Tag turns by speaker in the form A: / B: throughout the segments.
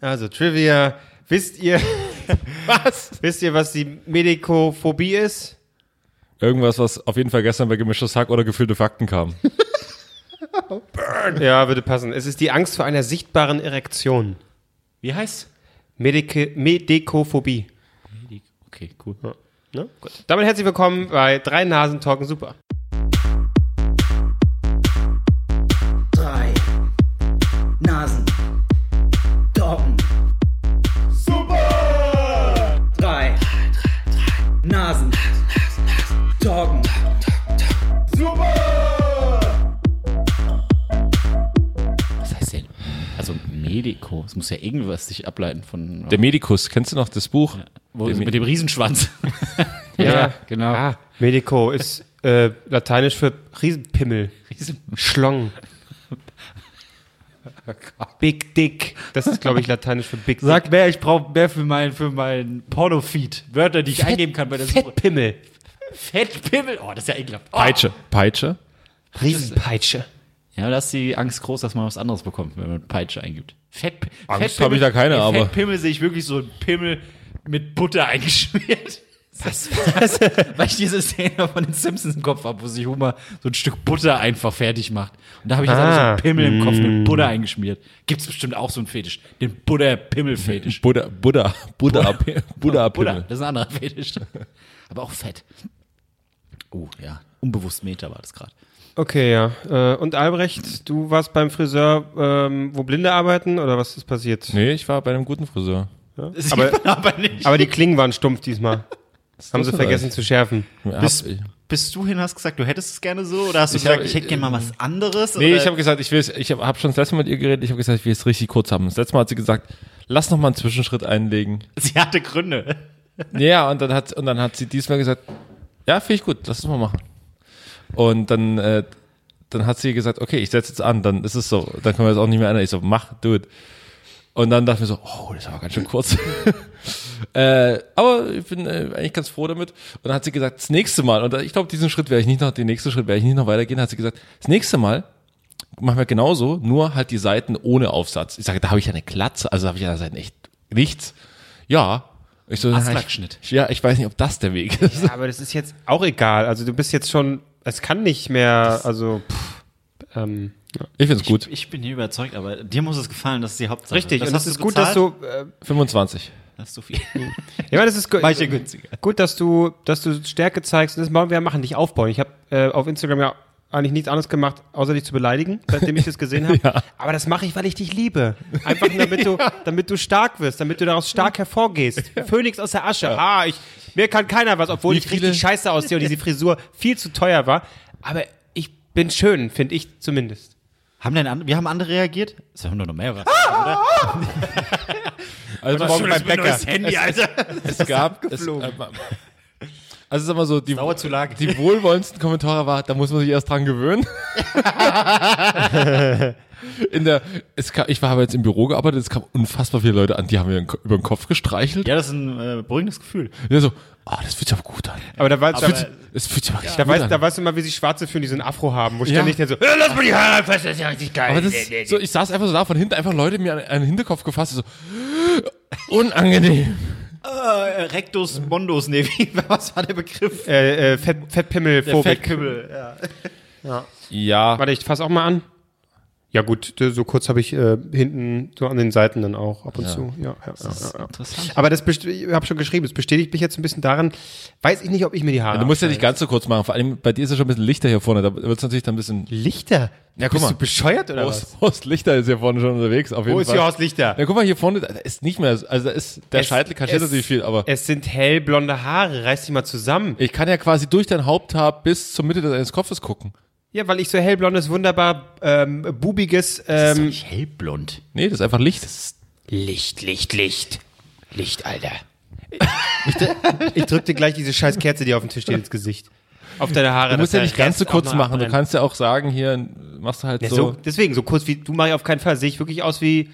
A: Also Trivia. Wisst ihr,
B: Was?
A: wisst ihr, was die Medikophobie ist?
B: Irgendwas, was auf jeden Fall gestern bei gemischtes Hack oder gefühlte Fakten kam.
A: Ja, würde passen. Es ist die Angst vor einer sichtbaren Erektion.
B: Wie heißt?
A: Medike, Medikophobie.
B: Okay, cool.
A: Ne? Gut. Damit herzlich willkommen bei Drei Nasen Talken Super.
C: drei Nasen, Doggen, Super! Drei Nasen, Doggen,
D: Was heißt denn? Also Medico. Es muss ja irgendwas sich ableiten von.
B: Der Medikus, kennst du noch das Buch?
D: wo, mit dem Riesenschwanz.
A: Ja.
D: genau.
A: Ah, Medico ist äh, lateinisch für Riesenpimmel.
D: Riesen
A: Schlong. Big Dick. Das ist, glaube ich, lateinisch für Big Dick.
E: Oh Sag mehr, ich brauche mehr für meinen für mein Porno-Feed. Wörter, die ich eingeben kann bei der Suche.
A: Fettpimmel.
D: Fettpimmel. Oh, das ist ja ekelhaft. Oh.
B: Peitsche. Peitsche?
A: Riesenpeitsche.
D: Ja, da ist die Angst groß, dass man was anderes bekommt, wenn man Peitsche eingibt. Fett,
B: Angst
D: Fettpimmel-
B: habe ich da keine,
D: Ey,
B: aber.
E: Pimmel sehe ich wirklich so einen Pimmel mit Butter eingeschmiert.
D: Was? Weil ich diese Szene von den Simpsons im Kopf habe, wo sich Homer so ein Stück Butter einfach fertig macht. Und da habe ich jetzt
A: Ah.
D: einfach so einen Pimmel im Kopf
B: Mm.
D: mit Butter eingeschmiert. Gibt es bestimmt auch so einen Fetisch. Den Butter-Pimmel-Fetisch.
B: Buddha, Buddha, Buddha, Buddha,
D: Butter,
B: Buddha.
D: das ist ein anderer Fetisch. Aber auch fett. Oh, ja. Unbewusst Meter war das gerade.
A: Okay, ja. Äh, und Albrecht, du warst beim Friseur, ähm, wo Blinde arbeiten oder was ist passiert?
B: Nee, ich war bei einem guten Friseur.
A: Aber-
D: aber nicht.
A: Aber die Klingen waren stumpf diesmal. Haben sie
B: ist
A: vergessen zu schärfen.
E: Bist,
B: Hab ich-
E: bist du hin, hast gesagt, du hättest es gerne so? Oder hast du
B: Ich
E: gesagt,
B: hab-
E: ich hätte gerne mal was anderes?
B: Nee,
E: oder?
B: ich habe gesagt, ich will es- ich habe hab schon das letzte Mal mit ihr geredet, ich habe gesagt, ich will es richtig kurz haben. Das letzte Mal hat sie gesagt, lass noch mal einen Zwischenschritt einlegen.
E: sie hatte Gründe.
B: Ja, und dann hat und dann hat sie diesmal gesagt, ja, finde ich gut, lass es mal machen. Und dann äh, dann hat sie gesagt, okay, ich setze jetzt an, dann ist es so, dann können wir es auch nicht mehr ändern. Ich so, mach, dude. Und dann dachte ich mir so, oh, das war ganz schön kurz. äh, aber ich bin äh, eigentlich ganz froh damit. Und dann hat sie gesagt, das nächste Mal, und ich glaube, diesen Schritt werde ich nicht noch, den nächsten Schritt werde ich nicht noch weitergehen, hat sie gesagt, das nächste Mal machen wir genauso, nur halt die Seiten ohne Aufsatz. Ich sage, da habe ich ja eine Glatze, also habe ich an der Seite echt nichts. Ja. Ich so, ja,
D: Aslackschnitt.
B: ich, ja, ich weiß nicht, ob das der Weg ist.
A: Ja, aber das ist jetzt auch egal. Also du bist jetzt schon, es kann nicht mehr, also pff, ähm,
B: Ich finde es gut.
E: Ich bin hier überzeugt, aber dir muss es gefallen, das ist die Hauptsache.
A: richtig.
E: Das
A: und es
E: hast
A: ist
E: du
A: gut, dass
E: bezahlt,
A: du, äh,
B: 25.
E: Das ist so viel.
A: ich meine, es ist gut,
E: Manche günstiger.
A: gut, dass du, dass du Stärke zeigst. Und das wollen wir machen, dich aufbauen. Ich habe äh, auf Instagram ja eigentlich nichts anderes gemacht, außer dich zu beleidigen, seitdem ich das gesehen habe. Aber das mache ich, weil ich dich liebe. Einfach nur, damit du, damit du stark wirst, damit du daraus stark hervorgehst. Phönix aus der Asche. Ah, ich, mir kann keiner was, obwohl
B: Wie
A: ich
B: viele-
A: richtig scheiße aussehe und diese Frisur viel zu teuer war. Aber ich bin schön, finde ich zumindest.
E: haben denn andere, wir haben andere reagiert? Es haben doch noch mehr.
B: Also morgen beim Bäcker.
E: Handy, Alter.
B: Es gab. Es, äh, ma- also sag mal so, die,
E: Dauerzulage.
B: die wohlwollendsten Kommentare war, da muss man sich erst dran gewöhnen. In der, es kam, ich war jetzt im Büro gearbeitet, es kamen unfassbar viele Leute an, die haben mir den Ko- über den Kopf gestreichelt.
E: Ja, das ist ein äh, beruhigendes Gefühl.
B: Und dann so, ah, das fühlt sich aber gut an.
A: Aber da weißt,
B: Das
A: du,
B: fühlt sich- Das fühlt sich aber richtig
A: da,
B: gut
A: weißt,
B: an.
A: da weißt du mal, wie sich Schwarze fühlen, die so einen Afro haben, wo
B: Ja.
A: ständig der so, "Äh, lass mal die Haare fest, das ist ja richtig geil.
B: aber das, ist so, ich saß einfach so da, von hinten einfach Leute mir an, an den Hinterkopf gefasst, so, unangenehm.
E: Äh, Rectus Mondus, nee, wie, was war der Begriff?
A: äh, äh, Fett, Fettpimmelphobik.
E: Fettkübel, ja.
B: Ja.
A: Warte, ich fass auch mal an. Ja gut, so kurz habe ich äh, hinten so an den Seiten dann auch ab und zu. Ja, ja, ja, ja, ja.
D: Interessant.
A: Aber das best- ich habe schon geschrieben, das bestätigt mich jetzt ein bisschen daran, weiß ich nicht, ob ich mir die Haare.
B: Du musst ja nicht ganz so kurz machen, vor allem bei dir ist ja schon ein bisschen Lichter hier vorne, da wird es natürlich dann ein bisschen
A: Lichter.
B: Ja, guck
A: Bist
B: mal.
A: du bescheuert oder was?
B: Horst, Horst Lichter ist hier vorne schon unterwegs, auf jeden
A: Wo
B: Fall.
A: ist hier Horst Lichter?
B: Ja, guck mal, hier vorne, da ist nicht mehr, also da ist, der
A: Es-
B: Scheitel kaschiert
A: es-
B: natürlich viel, aber
A: Es sind hellblonde Haare, reiß dich mal zusammen.
B: ich kann ja quasi durch dein Haupthaar bis zur Mitte deines Kopfes gucken.
A: Ja, weil ich so hellblondes, wunderbar ähm, bubiges ähm,
E: Ich hellblond.
B: Nee, das ist einfach Licht. Das ist,
A: Licht, Licht, Licht. Licht, Alter. Ich, ich drück dir gleich diese scheiß Kerze, die auf dem Tisch steht, ins Gesicht. Auf deine Haare.
B: du musst ja nicht ganz so kurz machen, du
A: Du
B: kannst ja auch sagen, hier machst du halt
A: ja,
B: so.
A: so, deswegen, so kurz wie du mache ich auf keinen Fall. Sehe ich wirklich aus wie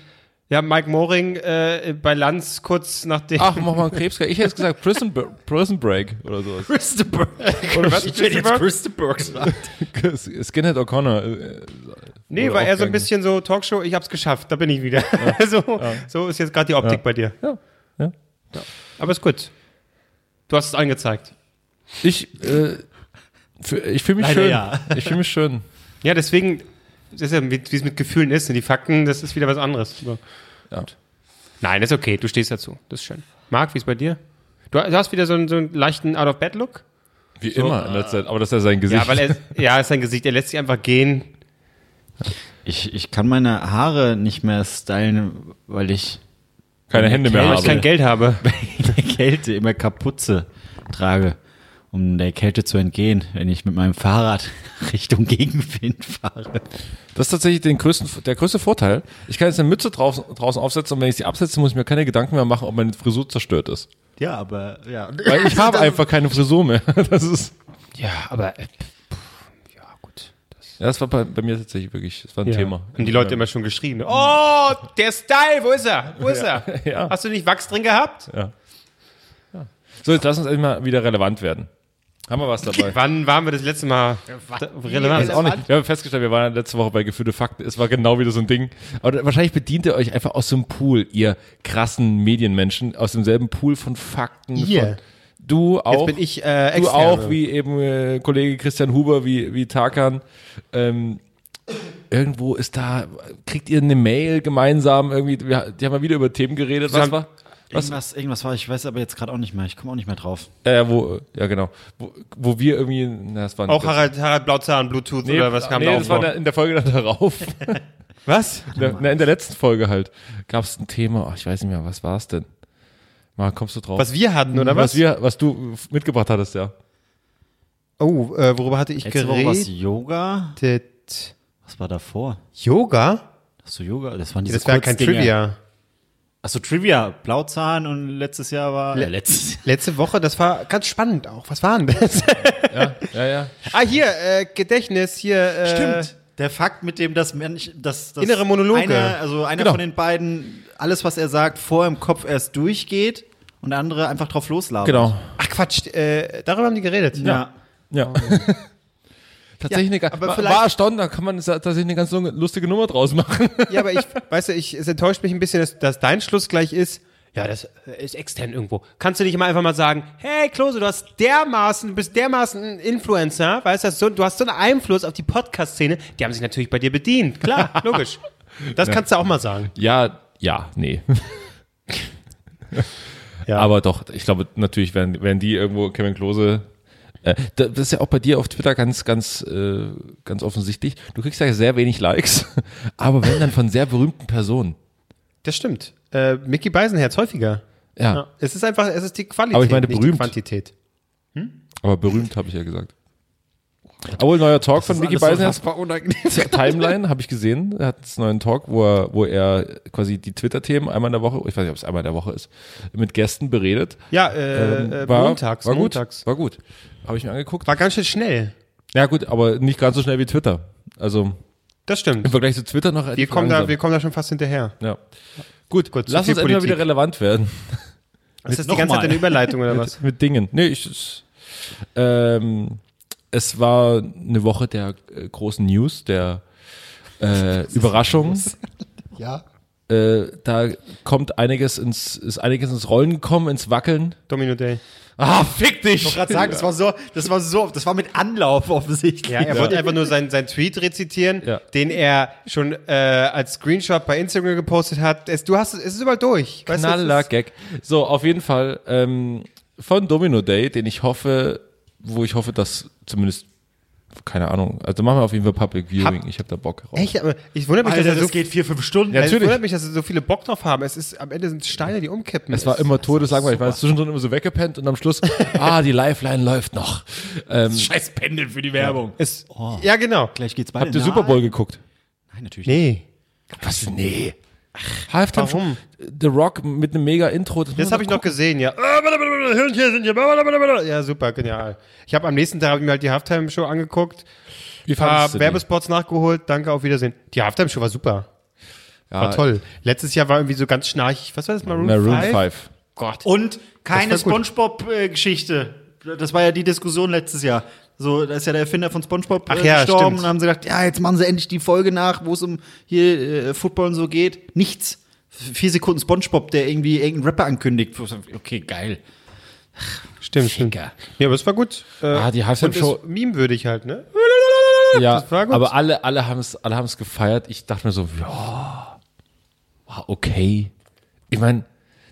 A: ja, Mike Moring äh, bei Lanz kurz nach dem.
B: Ach, mach mal einen Krebs. Ich hätte jetzt gesagt Prison, Br- Prison Break oder sowas.
E: Christopher.
A: Oder was?
E: Ich hätte jetzt Christopher gesagt.
B: Skinhead O'Connor. äh,
A: Nee,
B: Oder
A: war eher so ein
B: aufgegangen.
A: bisschen so Talkshow, ich hab's geschafft, da bin ich wieder. so, so ist jetzt gerade die Optik bei dir.
B: Ja. Ja.
A: Ja. Aber ist gut. Du hast es angezeigt.
B: Ich, äh, fü- ich fühle mich
D: Leider
B: schön.
D: ja.
B: Ich fühle mich schön.
A: Ja, deswegen, das ist ja, wie wie es mit Gefühlen ist, und die Fakten, das ist wieder was anderes. So.
B: Ja.
A: Nein, ist okay, du stehst dazu. Das ist schön. Marc, wie ist bei dir? Du du hast wieder so einen, so einen leichten Out-of-Bed-Look?
B: Wie immer in letzter Zeit. Aber das ist ja sein Gesicht.
A: äh, Ja, weil er, ja, ist sein Gesicht, er lässt sich einfach gehen.
D: Ich, ich kann meine Haare nicht mehr stylen, weil ich
B: keine Hände mehr
A: Weil
B: habe.
A: ich kein Geld habe.
D: in der Kälte immer Kapuze trage, um der Kälte zu entgehen, wenn ich mit meinem Fahrrad Richtung Gegenwind fahre.
B: Das ist tatsächlich den größten, der größte Vorteil. Ich kann jetzt eine Mütze draußen, draußen aufsetzen und wenn ich sie absetze, muss ich mir keine Gedanken mehr machen, ob meine Frisur zerstört ist.
D: Ja, aber ja.
B: Weil ich habe einfach keine Frisur mehr. Das ist.
A: Ja, aber äh, pff, ja, gut.
B: Ja, das war bei, bei mir tatsächlich wirklich, das war ein
A: Ja.
B: Thema.
A: Haben die Leute immer schon geschrien. Oh, der Style, wo ist er? Wo ist er?
B: Ja.
A: Hast du nicht Wachs drin gehabt?
B: So, jetzt lass uns endlich mal wieder relevant werden. Haben wir was dabei?
A: Wann waren wir das letzte Mal da- relevant?
B: Weiß auch nicht. Wir haben festgestellt, wir waren letzte Woche bei Gefühlte Fakten. Es war genau wieder so ein Ding. Aber wahrscheinlich bedient ihr euch einfach aus dem Pool, ihr krassen Medienmenschen, aus demselben Pool von Fakten.
A: Ihr.
B: Von, du auch.
A: bin ich, äh,
B: Du
A: Externe.
B: auch, wie eben äh, Kollege Christian Huber, wie, wie Tarkan. Ähm, irgendwo ist da, kriegt ihr eine Mail gemeinsam irgendwie? Wir, die haben mal wieder über Themen geredet. Was
A: Zusammen-
B: war?
D: Irgendwas, irgendwas war, ich weiß aber jetzt gerade auch nicht mehr, ich komme auch nicht mehr drauf.
B: Ja, ja, wo, ja genau. Wo, wo wir irgendwie, na, das war
A: Auch Harald, Harald Blauzahn, Bluetooth
B: Nee,
A: oder was kam
B: nee,
A: da auch
B: das war
A: vor?
B: da- in der Folge darauf.
A: Was?
B: In der, na, in der letzten Folge halt gab es ein Thema, ach, ich weiß nicht mehr, was war es denn? Mal, kommst du drauf?
A: Was wir hatten, oder was?
B: was, wir, was du mitgebracht hattest, ja.
A: Oh, äh, worüber hatte ich
D: Letzte Woche war es
A: geredet?
D: Yoga. Was war davor?
A: Yoga?
D: Hast du Yoga? Das waren diese
A: Das war kein
D: Kurzdinge.
A: Trivia.
D: Achso, Trivia. Blauzahn und letztes Jahr war.
A: Le-
D: äh, letztes Jahr.
A: Letzte Woche, das war ganz spannend auch. Was war denn das?
B: Ja, ja.
A: ah, hier, äh, Gedächtnis, hier. Äh,
D: Stimmt. Der Fakt mit dem, dass Mensch, dass, dass
A: Innere Monologe.
D: Einer, also einer
B: Genau.
D: von den beiden, alles, was er sagt, vor im Kopf erst durchgeht und der andere einfach drauf loslabert.
B: Genau.
A: Ach Quatsch, äh, darüber haben die geredet.
D: Ja.
B: Ja. tatsächlich eine, ga-
A: aber
B: war,
A: vielleicht-
B: war erstaunt, da kann man sa- tatsächlich eine ganz lu- lustige Nummer draus machen.
A: Ja, aber ich, weißt du, ich, es enttäuscht mich ein bisschen, dass, dass dein Schluss gleich ist. Ja, das äh, ist extern irgendwo. Kannst du nicht immer einfach mal sagen, hey Klose, du hast dermaßen, du bist dermaßen ein Influencer, weißt du, hast so, du hast so einen Einfluss auf die Podcast-Szene, die haben sich natürlich bei dir bedient. Klar, logisch. Das kannst du auch mal sagen.
B: Ja, ja, nee.
A: Ja.
B: Aber doch, ich glaube, natürlich werden, werden die irgendwo Kevin Klose. Äh, da- das ist ja auch bei dir auf Twitter ganz, ganz, äh, ganz offensichtlich. Du kriegst ja sehr wenig Likes, aber wenn dann von sehr berühmten Personen.
A: Das stimmt. Äh, Mickey Beisenherz häufiger.
B: Ja,
A: Ja. Es ist einfach, es ist die Qualität,
B: Aber ich meine,
A: nicht die
B: berühmt.
A: Quantität.
B: aber berühmt habe ich ja gesagt. Obwohl, neuer Talk von Mickey Beisenherz. Timeline habe ich gesehen. Er hat jetzt einen neuen Talk, wo er, wo er quasi die Twitter-Themen einmal in der Woche, ich weiß nicht, ob es einmal in der Woche ist, mit Gästen beredet.
A: Ja, äh,
B: Ähm,
A: äh,
B: war,
A: montags,
B: war gut,
A: montags.
B: War gut. Habe ich mir angeguckt.
A: War ganz schön schnell.
B: Ja gut, aber nicht ganz so schnell wie Twitter. Also
A: Das
B: im
A: stimmt.
B: Vergleich zu Twitter noch
A: Wir
B: relativ
A: kommen, da,
B: langsam.
A: wir kommen da schon fast hinterher.
B: ja. Gut,
A: Gut, zu
B: lass
A: viel
B: uns endlich mal
A: Politik.
B: wieder relevant werden
A: Ist das die
D: Noch
A: ganze Zeit
D: mal.
A: eine Überleitung oder was?
B: mit Dingen. Nee, ich, es- ähm, es war eine Woche der äh, großen News, der äh, Überraschung. Ja. Äh, da kommt einiges ins, ist einiges ins Rollen gekommen, ins Wackeln.
A: Domino Day.
B: Ah, fick dich!
D: Ich wollte gerade sagen, das war so, das war so, das war mit Anlauf offensichtlich.
A: Ja, er wollte einfach nur seinen, seinen Tweet rezitieren,
B: Ja.
A: den er schon äh, als Screenshot bei Instagram gepostet hat. Es, du hast es, es ist überall durch. Weißt du, es
B: Knaller
A: ist,
B: Gag. So, auf jeden Fall ähm, von Domino Day, den ich hoffe, wo ich hoffe, dass zumindest keine Ahnung. Also machen wir auf jeden Fall Public Viewing. ich habe da Bock drauf.
A: echt, aber ich wundere mich, dass er so,
D: geht vier, fünf Stunden.
A: es
B: natürlich.
A: wundert mich, dass er so viele Bock drauf haben. Es ist am Ende sind es Steine, die umkippen.
B: Es war immer todeslangweilig. Ich war zwischendrin immer so weggepennt und am Schluss, ah, die Lifeline läuft noch. Ähm,
D: Scheiß Pendel für die Werbung.
A: Es, ja, genau.
D: Gleich geht's beide.
B: habt ihr
D: nah.
B: Super Bowl geguckt?
D: Nein, natürlich. nicht.
A: Nee.
B: Was? Nee. Halftime
A: warum?
B: The Rock mit einem mega Intro.
A: Das habe ich noch Ah, gesehen, ja. Hörnchen sind hier. Ja, super, genial. Ich habe am nächsten Tag hab ich mir halt die Halftime-Show angeguckt,
B: Wie
A: paar
B: fandest du die?
A: Werbespots nachgeholt. Danke, auf Wiedersehen. Die Halftime-Show war super. War
B: Ja,
A: Ah, toll. Letztes Jahr war irgendwie so ganz schnarchig. Was war das? Maroon,
B: Maroon
A: 5?
B: 5.
A: Oh Gott.
D: Und keine
A: Das war gut.
D: Spongebob-Geschichte. Das war ja die Diskussion letztes Jahr.
E: So, da ist ja der Erfinder von SpongeBob äh,
A: Ach ja,
E: gestorben
A: stimmt.
E: und haben sie gedacht, ja, jetzt machen sie endlich die Folge nach, wo es um hier äh, Football und so geht. Nichts. F- Vier Sekunden SpongeBob, der irgendwie irgendeinen Rapper ankündigt. Okay, geil.
A: Stimmt, stimmt.
E: Ficker.
A: Ja, aber es war gut. Äh,
B: Ah, die
A: und
B: Halftime-Show-
A: ist memewürdig halt, ne?
B: Ja,
A: Das war gut.
B: aber alle, alle haben es alle haben's gefeiert. Ich dachte mir so, ja, war okay. Ich meine,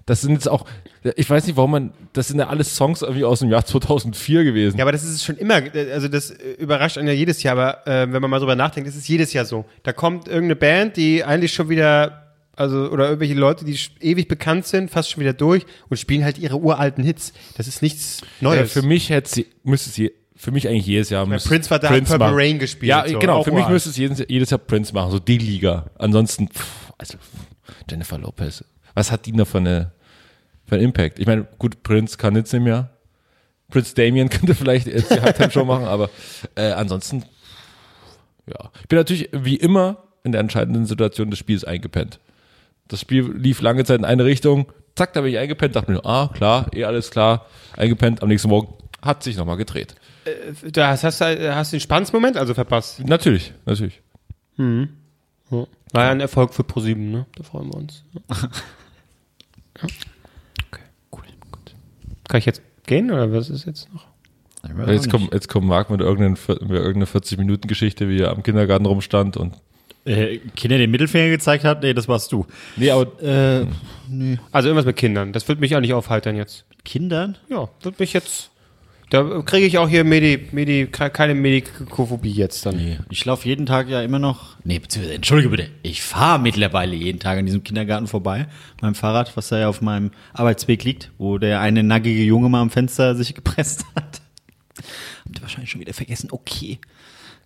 B: das sind jetzt auch, ich weiß nicht, warum man, das sind ja alles Songs irgendwie aus dem Jahr 2004 gewesen.
A: Ja, aber das ist schon immer, äh, also das äh, überrascht einen ja jedes Jahr, aber äh, wenn man mal drüber nachdenkt, ist es jedes Jahr so. Da kommt irgendeine Band, die eigentlich schon wieder, also, oder irgendwelche Leute, die sch- ewig bekannt sind, fast schon wieder durch und spielen halt ihre uralten Hits. Das ist nichts
B: Ja,
A: Neues.
B: Äh, für mich hätte sie, müsste sie, für mich eigentlich jedes Jahr. müsste
A: Prince war da, hat Purple
B: machen.
A: Rain gespielt,
B: Ja,
A: so,
B: genau.
A: auch
B: Für mich
A: uralt.
B: müsste es jedes, jedes Jahr Prince machen, so die Liga. Ansonsten, pff, also pff, Jennifer Lopez. Was hat die noch für, eine, für einen Impact? Ich meine, gut, Prince kann jetzt nicht mehr. Prince Damien könnte vielleicht jetzt die Halbtime-Show machen, aber äh, ansonsten, ja. Ich bin natürlich wie immer in der entscheidenden Situation des Spiels eingepennt. Das Spiel lief lange Zeit in eine Richtung. Zack, da bin ich eingepennt, dachte mir, ah, klar, eh alles klar. Eingepennt, am nächsten Morgen hat sich nochmal gedreht.
A: Äh, Da hast, hast, du- hast du den Spannungsmoment also verpasst.
B: Natürlich, natürlich.
A: War ja ein Erfolg für ProSieben, ne? Da freuen wir uns. Ja. Okay, cool, gut. Kann ich jetzt gehen oder was ist jetzt noch?
B: Jetzt kommt, jetzt kommt Marc mit irgendeinem vier- mit irgendeiner 40-Minuten-Geschichte, wie er am Kindergarten rumstand und.
E: Äh, Kinder den Mittelfinger gezeigt hat? Nee, das warst du.
B: Nee, aber
E: Äh,
A: Also irgendwas mit Kindern. Das wird mich auch nicht aufhalten jetzt.
E: Kindern?
A: Ja, wird mich jetzt. Da kriege ich auch hier Medi, Medi, keine Medikophobie jetzt dann.
E: Nee, ich laufe jeden Tag ja immer noch. Nee, beziehungsweise, entschuldige bitte, ich fahre mittlerweile jeden Tag an diesem Kindergarten vorbei. Mein Fahrrad, was da ja auf meinem Arbeitsweg liegt, wo der eine nackige Junge mal am Fenster sich gepresst hat. Habt ihr wahrscheinlich schon wieder vergessen, okay.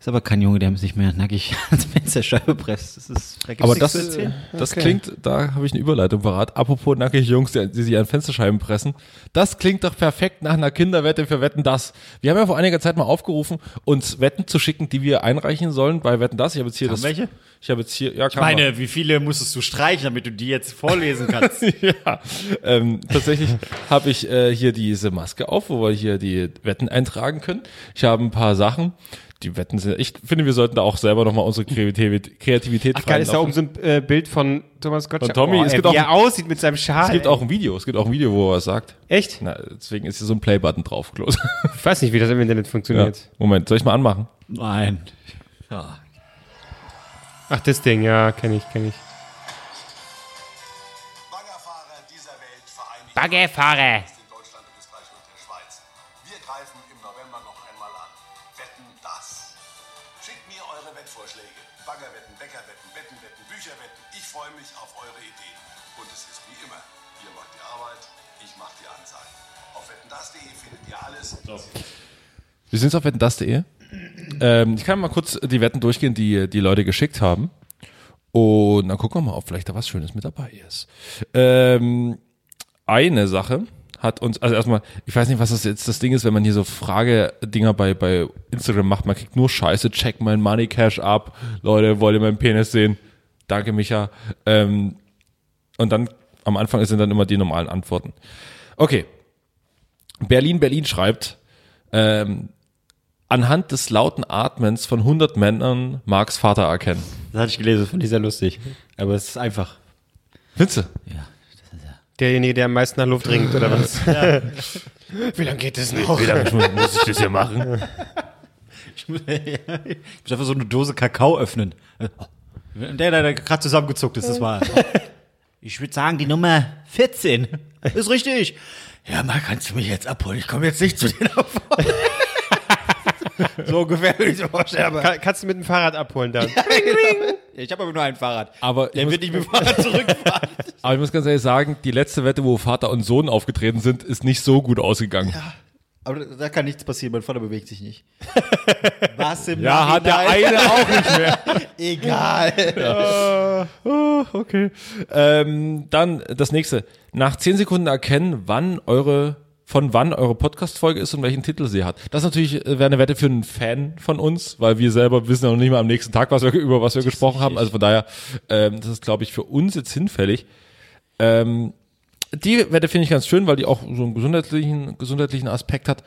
E: Ist aber kein Junge, der sich mehr nackig ans Fensterscheibe presst. Das ist, da gibt's
B: aber das,
E: nichts zu erzählen.
B: das klingt, da habe ich eine Überleitung parat. Apropos nackige Jungs, die, die sich an Fensterscheiben pressen. Das klingt doch perfekt nach einer Kinderwette für Wetten das. Wir haben ja vor einiger Zeit mal aufgerufen, uns Wetten zu schicken, die wir einreichen sollen bei Wetten das. Ich habe jetzt hier
E: Kam
B: das.
E: welche?
B: Ich habe jetzt hier, ja, ich
E: Meine, wie viele musstest du streichen, damit du die jetzt vorlesen kannst?
B: ja, ähm, tatsächlich habe ich äh, hier diese Maske auf, wo wir hier die Wetten eintragen können. Ich habe ein paar Sachen. Die Wetten sind, ich finde, wir sollten da auch selber nochmal unsere Kreativität, Kreativität
A: Ach geil, ist da
B: freilaufen.
A: oben so ein äh, Bild von Thomas Gottschalk.
B: Von Tommy,
A: oh,
B: es
A: ey,
B: gibt
A: wie
B: auch-
A: er aussieht mit seinem Schal.
B: Es gibt auch ein Video, es gibt auch ein Video, wo er was sagt.
A: Echt?
B: Na, deswegen ist hier so ein Play-Button drauf, Klos.
A: Ich weiß nicht, wie das im Internet
B: ja.
A: funktioniert.
B: Moment, soll ich mal anmachen?
E: Nein. Ja.
A: Ach, das Ding, ja, kenne ich, kenne ich.
F: Baggerfahrer dieser Welt vereinigt
A: Baggerfahrer.
F: in Deutschland, Österreich und der Schweiz. Wir greifen im November noch einmal an. Wetten das. Schickt mir eure Wettvorschläge. Baggerwetten, Bäckerwetten, Bettenwetten, Bücherwetten. Ich freue mich auf eure Ideen. Und es ist wie immer. Ihr macht die Arbeit, ich mache die Anzeigen. Auf wettendas.de findet ihr alles.
B: Wir sind jetzt auf wettendas.de. Ähm, ich kann mal kurz die Wetten durchgehen, die die Leute geschickt haben. Und dann gucken wir mal, ob vielleicht da was Schönes mit dabei ist. Ähm, eine Sache hat uns, also erstmal, ich weiß nicht, was das jetzt das Ding ist, wenn man hier so Fragedinger bei, bei Instagram macht, man kriegt nur Scheiße, check mein Money Cash ab, Leute, wollt ihr meinen Penis sehen? Danke, Micha. Ähm, und dann am Anfang sind dann immer die normalen Antworten. Okay. Berlin, Berlin schreibt, ähm, anhand des lauten Atmens von 100 Männern Marks Vater erkennen.
E: Das hatte ich gelesen, fand ich sehr lustig. Aber es ist einfach.
B: Witze.
E: Ja, das ist ja.
A: Derjenige, der am meisten nach Luft ringt, oder was?
B: Wie lange geht das noch? Wie lange muss ich das hier machen?
E: Ich muss, ich muss einfach so eine Dose Kakao öffnen. Der, der, der gerade zusammengezuckt ist, das war. Ich würde sagen, die Nummer 14. Ist richtig. Ja, mal kannst du mich jetzt abholen. Ich komme jetzt nicht zu dir nach vorne. So ungefähr würde ich es vorstellen. Aber
A: Kann, kannst du mit dem Fahrrad abholen dann?
E: ich habe aber nur ein Fahrrad.
B: Aber ich,
E: Der
B: muss,
E: wird nicht mit dem Fahrrad zurückfahren.
B: aber ich muss ganz ehrlich sagen, die letzte Wette, wo Vater und Sohn aufgetreten sind, ist nicht so gut ausgegangen.
E: Aber da kann nichts passieren. Mein Vater bewegt sich nicht. Was im
B: Ja, hat der
E: Nachhinein?
B: eine auch nicht mehr.
E: Egal.
B: Oh, okay. Ähm, dann das nächste. Nach 10 Sekunden erkennen, wann eure von wann eure Podcast-Folge ist und welchen Titel sie hat. Das ist natürlich äh, wäre eine Wette für einen Fan von uns, weil wir selber wissen ja noch nicht mal am nächsten Tag, was wir, über was wir gesprochen haben. Also von daher, ähm, das ist, glaube ich, für uns jetzt hinfällig. Ähm, die Wette finde ich ganz schön, weil die auch so einen gesundheitlichen, gesundheitlichen Aspekt hat.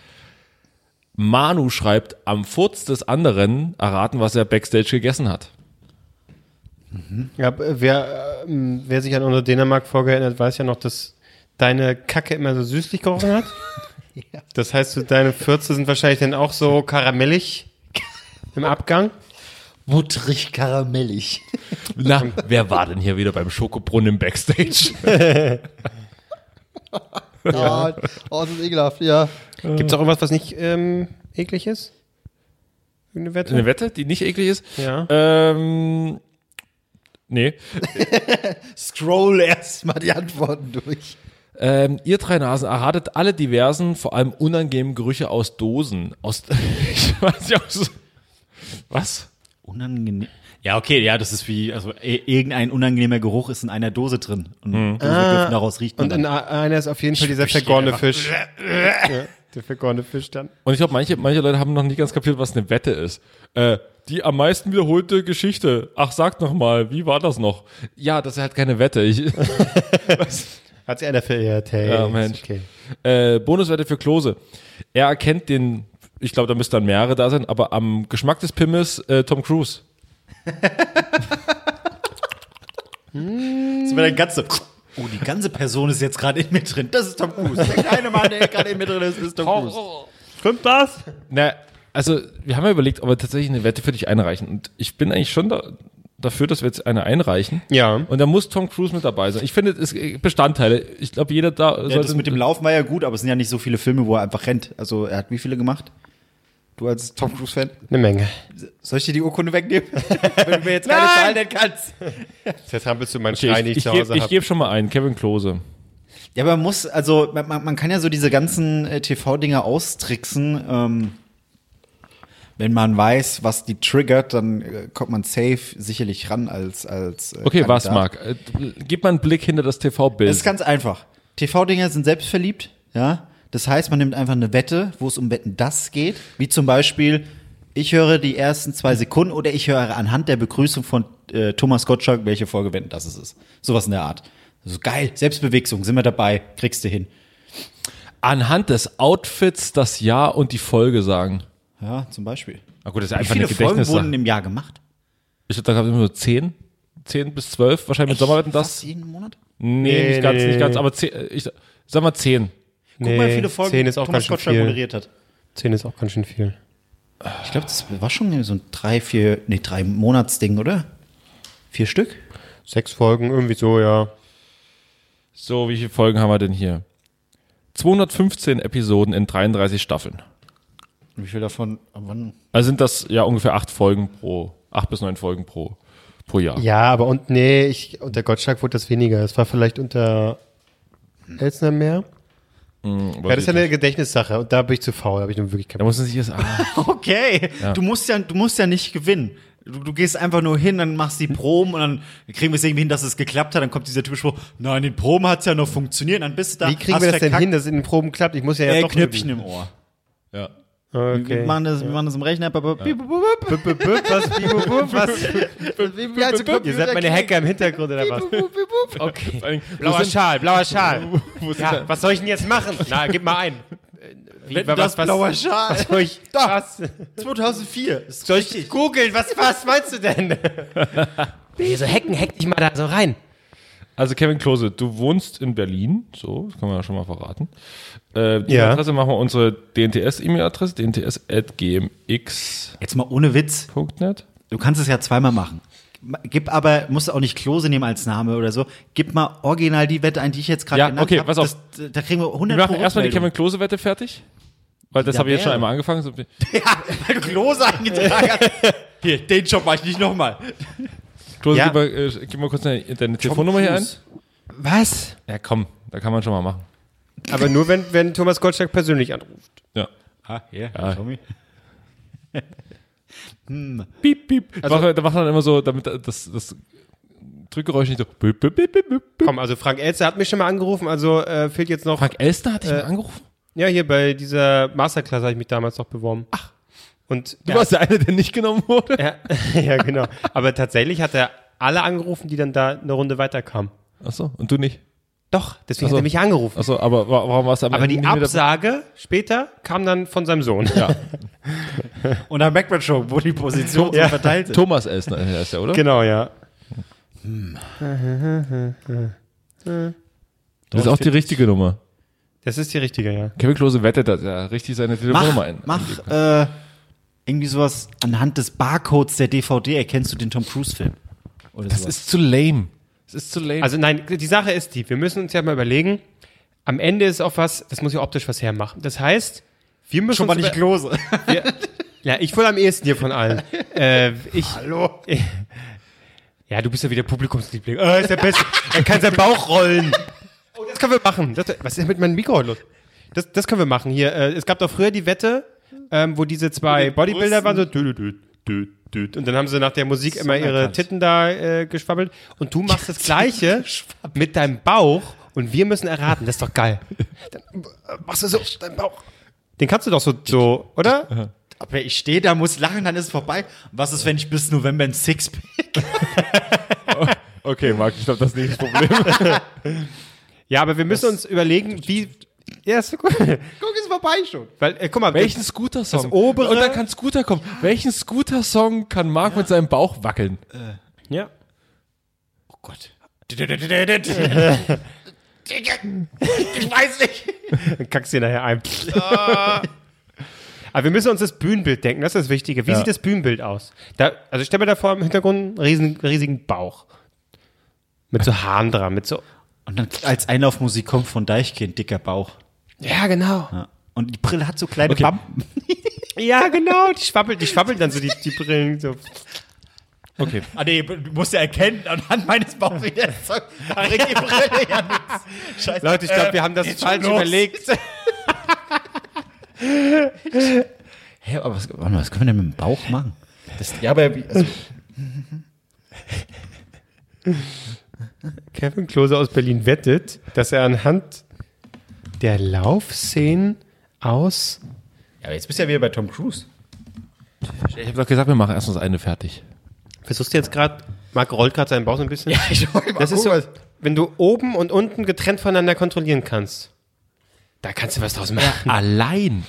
B: Manu schreibt, am Furz des anderen erraten, was er backstage gegessen hat.
A: Ja, wer, ähm, wer sich an unsere Dänemark-Folge erinnert, weiß ja noch, dass deine Kacke immer so süßlich gerochen hat. Das heißt, so deine Fürze sind wahrscheinlich dann auch so karamellig im Abgang.
G: Muttrig karamellig.
B: Na, wer war denn hier wieder beim Schokobrunnen im Backstage?
G: Ja. Oh, das ist ekelhaft, ja.
A: Gibt es auch irgendwas, was nicht ähm, eklig ist? Eine Wette?
B: Eine Wette, die nicht eklig ist?
A: Ja.
B: Ähm, nee.
G: Scroll erstmal die Antworten durch.
B: Ähm, ihr drei Nasen erratet alle diversen, vor allem unangenehmen Gerüche aus Dosen. Aus, ich weiß nicht, aus, was?
E: Unangenehm. Ja, okay, ja, das ist wie, also i- irgendein unangenehmer Geruch ist in einer Dose drin. Und Dose dürfen daraus riecht man
A: Und in
E: dann.
A: a- einer ist auf jeden Fall dieser vergorene Fisch. ja, der vergorene Fisch dann.
B: Und ich glaube, manche, manche Leute haben noch nicht ganz kapiert, was eine Wette ist. Äh, die am meisten wiederholte Geschichte. Ach, sag noch mal, wie war das noch? Ja, das ist halt keine Wette. Ich,
A: Hat sich einer verirrt, hey.
B: Ja,
A: ist
B: Ah, Mensch.
A: Okay.
B: Äh, Bonuswerte für Klose. Er erkennt den, ich glaube, da müssten dann mehrere da sein, aber am Geschmack des Pimmes äh, Tom Cruise.
E: Das war der ganze. Oh, die ganze Person ist jetzt gerade in mir drin. Das ist Tom Cruise. Der kleine Mann, der gerade in mir drin ist, ist Tom Cruise.
A: Stimmt das?
B: Na, also wir haben ja überlegt, ob wir tatsächlich eine Wette für dich einreichen. Und ich bin eigentlich schon da, dafür, dass wir jetzt eine einreichen.
A: Ja.
B: Und da muss Tom Cruise mit dabei sein. Ich finde, es gibt Bestandteile. Ich glaube, jeder da
E: Ja, das mit dem Laufen war ja gut, aber es sind ja nicht so viele Filme, wo er einfach rennt. Also er hat wie viele gemacht? Du als Tom Cruise-Fan?
A: Eine Menge.
E: Soll ich dir die Urkunde wegnehmen? Wenn du mir jetzt keine Zahlen nennen kannst.
A: Jetzt hampelst du meinen Stein,
B: ich,
A: den
B: ich,
A: ich zu
B: geb-
A: Hause
B: ich
A: habe.
B: gebe schon mal ein, Kevin Klose.
E: Ja, aber man muss, also man- man, man kann ja so diese ganzen äh, TV-Dinger austricksen. Ähm, wenn man weiß, was die triggert, dann äh, kommt man safe sicherlich ran als als. Äh,
B: Okay, was,
E: Kandidat.
B: Marc? Äh, gib mal einen Blick hinter das TV-Bild.
E: Das ist ganz einfach. TV-Dinger sind selbstverliebt, ja. Das heißt, man nimmt einfach eine Wette, wo es um Wetten das geht. Wie zum Beispiel, ich höre die ersten zwei Sekunden oder ich höre anhand der Begrüßung von äh, Thomas Gottschalk, welche Folge Wetten das es ist. Sowas in der Art. So geil, Selbstbewegung, sind wir dabei, kriegst du hin.
B: Anhand des Outfits das Jahr und die Folge sagen.
E: Ja, zum Beispiel.
B: Na gut, das ist
E: Wie
B: einfach
E: viele
B: eine
E: Folgen
B: Gedächtnissache.
E: wurden im Jahr gemacht?
B: Ich glaube, da gab es immer so 10, 10 bis 12, wahrscheinlich mit Sommerwetten
E: Fast
B: das.
E: jeden Monat?
B: Nee,
A: Nee,
B: nicht ganz,
A: nee,
B: nicht ganz,
A: nee.
B: aber 10, äh, ich sag mal 10.
E: Guck mal, wie viele Folgen
A: zehn ist auch
E: Thomas
A: ganz
E: Gottschalk
A: schön viel.
E: moderiert hat.
A: Zehn ist auch ganz schön viel.
E: Ich glaube, das war schon so ein drei, vier, nee, drei Monatsding, oder? Vier Stück?
A: Sechs Folgen, irgendwie so, ja.
B: So, wie viele Folgen haben wir denn hier? 215 Episoden in 33 Staffeln.
E: Wie viel davon, ab wann?
B: Also sind das ja ungefähr 8 Folgen pro, 8 bis 9 Folgen pro, pro Jahr.
A: Ja, aber und nee, ich, unter Gottschalk wurde das weniger. Es war vielleicht unter Elsner mehr.
B: Aber
A: Ja, das ist ja eine Gedächtnissache und da bin ich zu faul, habe ich nun wirklich
B: da
A: keine
B: muss man sich das, ah,
E: Okay, du, musst ja, du musst ja nicht gewinnen. Du, du gehst einfach nur hin, dann machst
A: Hm?
E: die Proben und dann kriegen wir es irgendwie hin, dass es geklappt hat. Dann kommt dieser typische Spruch, nein, die Proben hat es ja noch funktioniert. Dann bist du da.
A: Wie kriegen
E: hast
A: wir das denn
E: verkackt,
A: hin, dass es in den Proben klappt? Ich muss ja jetzt
E: Äh,
A: doch
E: Knöpfchen im Ohr.
B: ja.
A: üben.
E: Wir,
A: Okay.
E: machen das, wir machen das im Rechner. aber- Bip, bip,
A: Bup,
E: bip.
A: bup, bup, was, bip, bup, bup, was? also Ihr seid meine Hacker im Hintergrund oder was?
B: Okay. Vor allen Dingen,
A: Blauer Schal, blauer Schal.
B: ja.
A: Was soll ich denn jetzt machen? Äh, Na, gib mal ein.
E: Das blaue Schal.
A: soll ich, was,
E: 2004. Das ist
A: soll ich googeln? Was, was meinst du denn? so hacken, hack dich mal da so rein.
B: Also Kevin Klose, du wohnst in Berlin, so, das kann man ja schon mal verraten. Äh, die
A: Ja.
B: Adresse machen wir unsere DNTS-E-Mail-Adresse, dnts.gmx.net.
E: Jetzt mal ohne Witz. Du kannst es ja zweimal machen. Gib aber, musst du auch nicht Klose nehmen als Name oder so. Gib mal original die Wette ein, die ich jetzt gerade
B: Ja,
E: genannt
B: okay,
E: hab.
B: pass auf.
E: Das- Da kriegen wir 100
B: Wir machen erstmal die
E: Rückmeldung.
B: Kevin Klose-Wette fertig. Weil das
E: Ja,
B: habe ich jetzt schon
E: wäre.
B: einmal angefangen. So-
E: Ja, weil du Klose eingetragen hast. Hier, den Job mache ich nicht nochmal.
B: Klose,
A: Ja.
B: gib, mal, äh, gib mal kurz deine, deine Telefonnummer hier ein.
A: Was?
B: Ja, komm, da kann man schon mal machen.
A: Aber nur, wenn, wenn Thomas Gottschalk persönlich anruft.
B: Ja.
E: Ah, hier,
B: Ja.
E: Tommy.
B: Piep, piep. Also, mach, da macht man immer so, damit das, das Drückgeräusch nicht so. Piep, piep, piep, piep, piep.
A: Komm, also Frank Elster hat mich schon mal angerufen, also äh, fehlt jetzt noch.
B: Frank Elster hat dich mal angerufen.
A: Ja, hier bei dieser Masterclass habe ich mich damals noch beworben. Ach. Und
B: Du warst der eine, der nicht genommen wurde.
A: Ja, ja, genau. Aber tatsächlich hat er alle angerufen, die dann da eine Runde weiterkamen. Also-
B: Achso, und du nicht.
A: Doch, deswegen
B: Ach so.
A: hat er mich angerufen.
B: Achso, aber wa- warum warst du am
A: Aber
B: Ende
A: die
B: nicht mehr dabei?
A: Absage später kam dann von seinem Sohn.
H: Und dann merkt man schon, wo die Position
A: Ja.
H: verteilt ist.
B: Thomas Elsner ist ja, oder?
A: genau, ja.
B: Das ist auch die richtige Nummer.
A: Das ist die richtige, ja.
B: Kevin Klose wettet, dass er richtig seine Telefonnummer
E: Mach,
B: ein.
E: mach äh, irgendwie sowas anhand des Barcodes der DVD erkennst du den Tom Cruise Film. Oder
B: Das ist zu lame. Das ist zu lame.
A: Also nein, die Sache ist die, wir müssen uns ja mal überlegen, am Ende ist auch was, das muss ja optisch was hermachen. Das heißt, wir müssen
H: Schon mal
A: uns
H: nicht
A: über-
H: Klose.
A: wir, Ja, ich wohl am ehesten hier von allen. äh, ich, Hallo? ja, du bist ja wieder Publikumsliebling. Oh, ist der Beste. er kann seinen Bauch rollen. Oh, das können wir machen. Das, was ist mit meinem Mikro heute los? Das, das können wir machen hier. Äh, es gab doch früher die Wette, ähm, wo diese zwei Bodybuilder waren so. dü- dü- dü- dü- dü- Und dann haben sie nach der Musik immer ihre Titten da äh, geschwabbelt. Und du machst das Gleiche mit deinem Bauch und wir müssen erraten. Das ist doch geil. Dann äh, machst du so deinen Bauch. Den kannst du doch so, so oder?
E: Aber ich stehe da, muss lachen, dann ist es vorbei. Was ist, wenn ich bis November ein Sixpack?
B: okay, Marc, ich glaube, das ist nicht das Problem.
A: Ja, aber wir müssen uns überlegen, wie. Ja, ist gut.
I: Guck, ist vorbei schon.
A: Weil, äh, guck mal,
B: Welchen Scooter-Song?
A: Das obere-
B: Und dann kann Scooter kommen. Welchen Scooter-Song kann Marc mit seinem Bauch wackeln?
A: Ja.
E: Oh Gott.
A: Dann kackst du dir nachher ein.
I: Ah.
A: aber wir müssen uns das Bühnenbild denken, das ist das Wichtige. Wie sieht das Bühnenbild aus? Da, also ich stelle mir da vor im Hintergrund einen riesen, riesigen Bauch. Mit so Haaren dran, mit so.
E: Und dann als Einlaufmusik kommt von Deichkind, dicker Bauch.
A: Ja, genau.
E: Ja. Und die Brille hat so kleine
B: Okay.
E: Bampen.
A: Ja, genau. Die schwabbeln, die schwabbeln dann so die, die Brillen. So.
B: Okay.
E: Ah nee, du musst ja erkennen, anhand meines Bauchs wieder die Brille ja nichts. Scheiße.
A: Leute, ich glaube, wir haben das
E: Äh,
A: falsch
E: los.
A: überlegt.
E: Hä, aber was, warte mal, was können wir denn mit dem Bauch machen?
B: Ja, aber
E: also,
A: Kevin Klose aus Berlin wettet, dass er anhand der Laufszenen aus
E: Ja, aber jetzt bist du ja wieder bei Tom Cruise.
B: ich habe doch gesagt, wir machen erst uns eine fertig.
A: Versuchst du jetzt gerade, Marc rollt gerade seinen Bauch so ein bisschen. Ja,
E: ich wollte mal
A: Das ist so,
E: gucken,
A: wenn du oben und unten getrennt voneinander kontrollieren kannst. Da kannst du was draus machen.
B: Allein.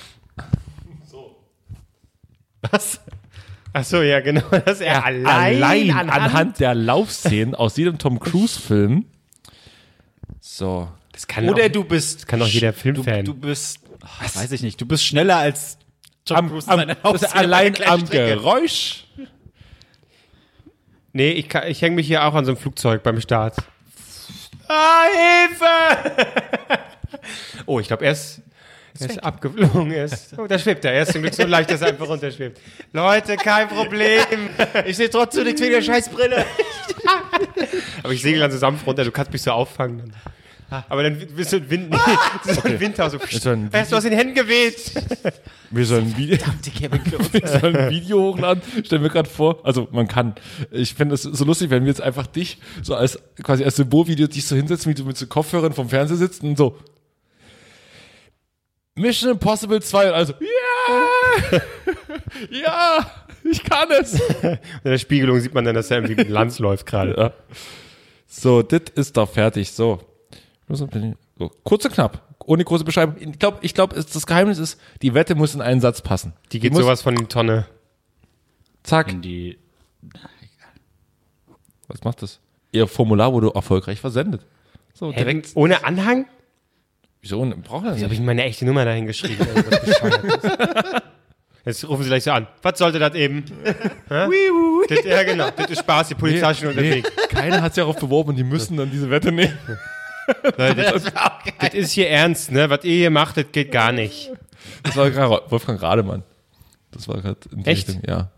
E: Was?
A: Ach so, ja, genau. Dass er allein,
B: Allein
A: anhand,
B: anhand, der Laufszenen aus jedem Tom Cruise-Film. So.
A: Das kann
E: Oder
A: auch,
E: du bist.
A: kann auch jeder Filmfan.
E: Du, du bist. Ach, weiß ich nicht. Du bist schneller als Tom Cruise. in
B: das
E: seiner
B: ist
E: Laufszene
B: allein
E: bei der
B: am
E: Gleichstrecke.
B: Geräusch.
A: Nee, ich, kann- ich hänge mich hier auch an so einem Flugzeug beim Start. Ah, Hilfe! oh, ich glaube, er ist, er ist abgeflogen. Er ist, oh, da schwebt er. Er ist zum Glück so leicht, dass er einfach runterschwebt. Leute, kein Problem.
E: Ich sehe trotzdem nichts wegen der Scheißbrille.
A: Aber ich segel dann so sanft runter, du kannst mich so auffangen. Dann. Aber dann bist du ein Wind, das Ah. ist so ein Windhaus. So,
B: so ein-
A: hast du aus den Händen geweht?
B: Wir sollen Video.
E: Die Kevin Klose.
B: Wir sollen ein Video hochladen. Stell mir gerade vor, also man kann. Ich fände es so lustig, wenn wir jetzt einfach dich so als quasi als Symbolvideo dich so hinsetzen, wie du mit so Kopfhörern vom Fernseher sitzt und so. Mission Impossible 2 und also, ja! ja! Ich kann es!
A: In der Spiegelung sieht man dann, dass er irgendwie mit Lanz läuft gerade.
B: Ja. So, das ist doch fertig. So. So, kurz und knapp. Ohne große Beschreibung. Ich glaube, ich glaub, es- das Geheimnis ist, die Wette muss in einen Satz passen.
A: Die geht
B: muss,
A: sowas von in die Tonne.
B: Zack.
E: Die
B: Was macht das? Ihr Formular wurde erfolgreich versendet. So, direkt.
A: ohne Anhang?
B: Wieso? Braucht er das
A: Wieso habe
B: nicht?
A: ich meine echte Nummer dahin geschrieben? Also, was bescheuert ist. Jetzt rufen sie gleich so an. Was sollte das eben? Hä? das, ja, genau. Das ist Spaß, die Polizei ist schon unterwegs.
B: Keiner hat sich darauf beworben und die müssen dann diese Wette nehmen.
A: Das ist hier ernst, ne? Was ihr hier macht, das geht gar nicht.
B: Das war gerade Wolfgang Rademann. Das war gerade in die
A: Echt?
B: Richtung, ja.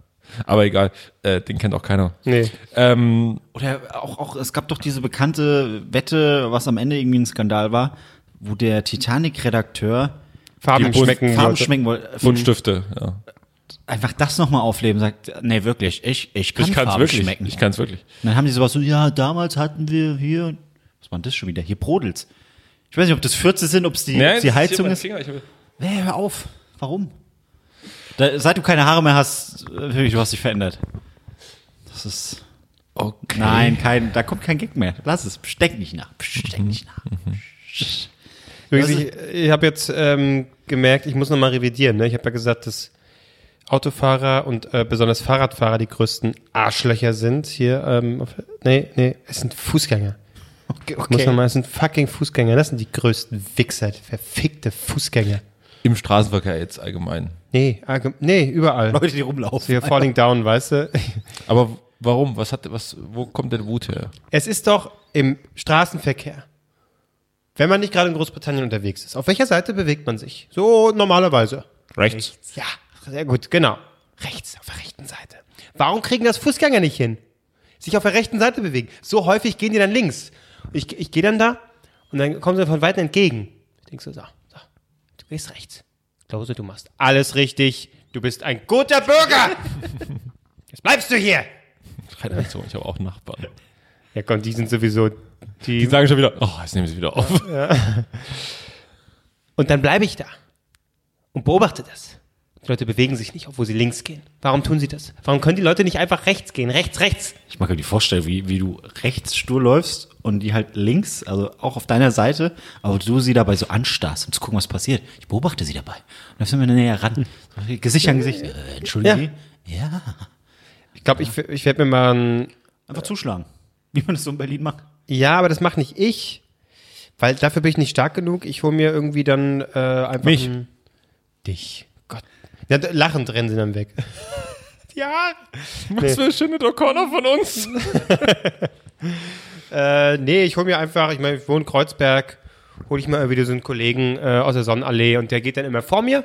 B: Aber egal, äh, den kennt auch keiner.
A: Nee.
B: Ähm,
E: Oder auch, auch, es gab doch diese bekannte Wette, was am Ende irgendwie ein Skandal war, wo der Titanic-Redakteur
A: Farben
B: Die Brust-
A: schmecken.
E: Farben
A: Leute.
E: schmecken wollte.
B: Buntstifte, ja.
E: Einfach das nochmal aufleben, sagt, nee, wirklich, ich, ich kann
B: kann's
E: Farben schmecken.
B: Ich kann's wirklich.
E: Und dann haben die sowas so, ja, damals hatten wir hier, was war denn das schon wieder? Hier brodelt's. Ich weiß nicht, ob das Fürze sind, ob es die, ob's die Heizung ist. Nee, hör auf. Warum? Da, seit du keine Haare mehr hast, äh, wirklich, du hast dich verändert. Das ist
B: Okay.
E: Nein, kein, da kommt kein Gag mehr. Lass es. Steck nicht nach. Steck nicht nach.
A: Übrigens,
E: Das
A: ich, ich habe jetzt ähm, gemerkt, ich muss nochmal revidieren. Ne? Ich habe ja gesagt, dass Autofahrer und äh, besonders Fahrradfahrer die größten Arschlöcher sind. Hier, ähm, auf, nee, nee, es sind Fußgänger.
E: Okay,
A: Ich Muss man mal, es sind fucking Fußgänger. Das sind die größten Wichser, die verfickte Fußgänger.
B: Im Straßenverkehr jetzt allgemein.
A: Nee, allgem- nee, überall.
E: Ah, Leute, die rumlaufen.
A: Wir falling down, weißt du?
B: Aber w- warum? Was hat, was, wo kommt denn Wut her?
A: Es ist doch im Straßenverkehr. Wenn man nicht gerade in Großbritannien unterwegs ist, auf welcher Seite bewegt man sich? So normalerweise.
B: Rechts.
A: Ja, sehr gut, genau. Rechts, auf der rechten Seite. Warum kriegen das Fußgänger nicht hin? Sich auf der rechten Seite bewegen. So häufig gehen die dann links. Und ich, ich gehe dann da und dann kommen sie von weitem entgegen. Ich denke so, so, so, du gehst rechts. Klose, du machst alles richtig. Du bist ein guter Bürger. Jetzt bleibst du hier.
B: Keine Aktion, ich habe auch Nachbarn.
A: Ja, komm, die sind sowieso. Die,
B: Die sagen schon wieder, oh, jetzt nehmen sie wieder auf.
A: und dann bleibe ich da und beobachte das. Die Leute bewegen sich nicht, obwohl sie links gehen. Warum tun sie das? Warum können die Leute nicht einfach rechts gehen? Rechts, rechts.
E: Ich mag mir die Vorstellung, wie, wie du rechts stur läufst und die halt links, also auch auf deiner Seite, aber du sie dabei so anstarrst, um zu gucken, was passiert. Ich beobachte sie dabei. Und dann sind wir näher ran. Gesicht an Gesicht. Hm. Äh, entschuldige. Ja.
A: Ich glaube, ich, ich werde mir mal ein.
E: Einfach zuschlagen. Wie man das so in Berlin macht.
A: Ja, aber das macht nicht ich, weil dafür bin ich nicht stark genug. Ich hole mir irgendwie dann äh, einfach.
B: Mich.
A: Ein, dich. Gott. Ja, d- lachend rennen sie dann weg.
B: Ja, was für eine schöne O'Connor von uns.
A: Äh, nee, ich hole mir einfach, ich meine, ich wohne in Kreuzberg, hole ich mir irgendwie so einen Kollegen äh, aus der Sonnenallee und der geht dann immer vor mir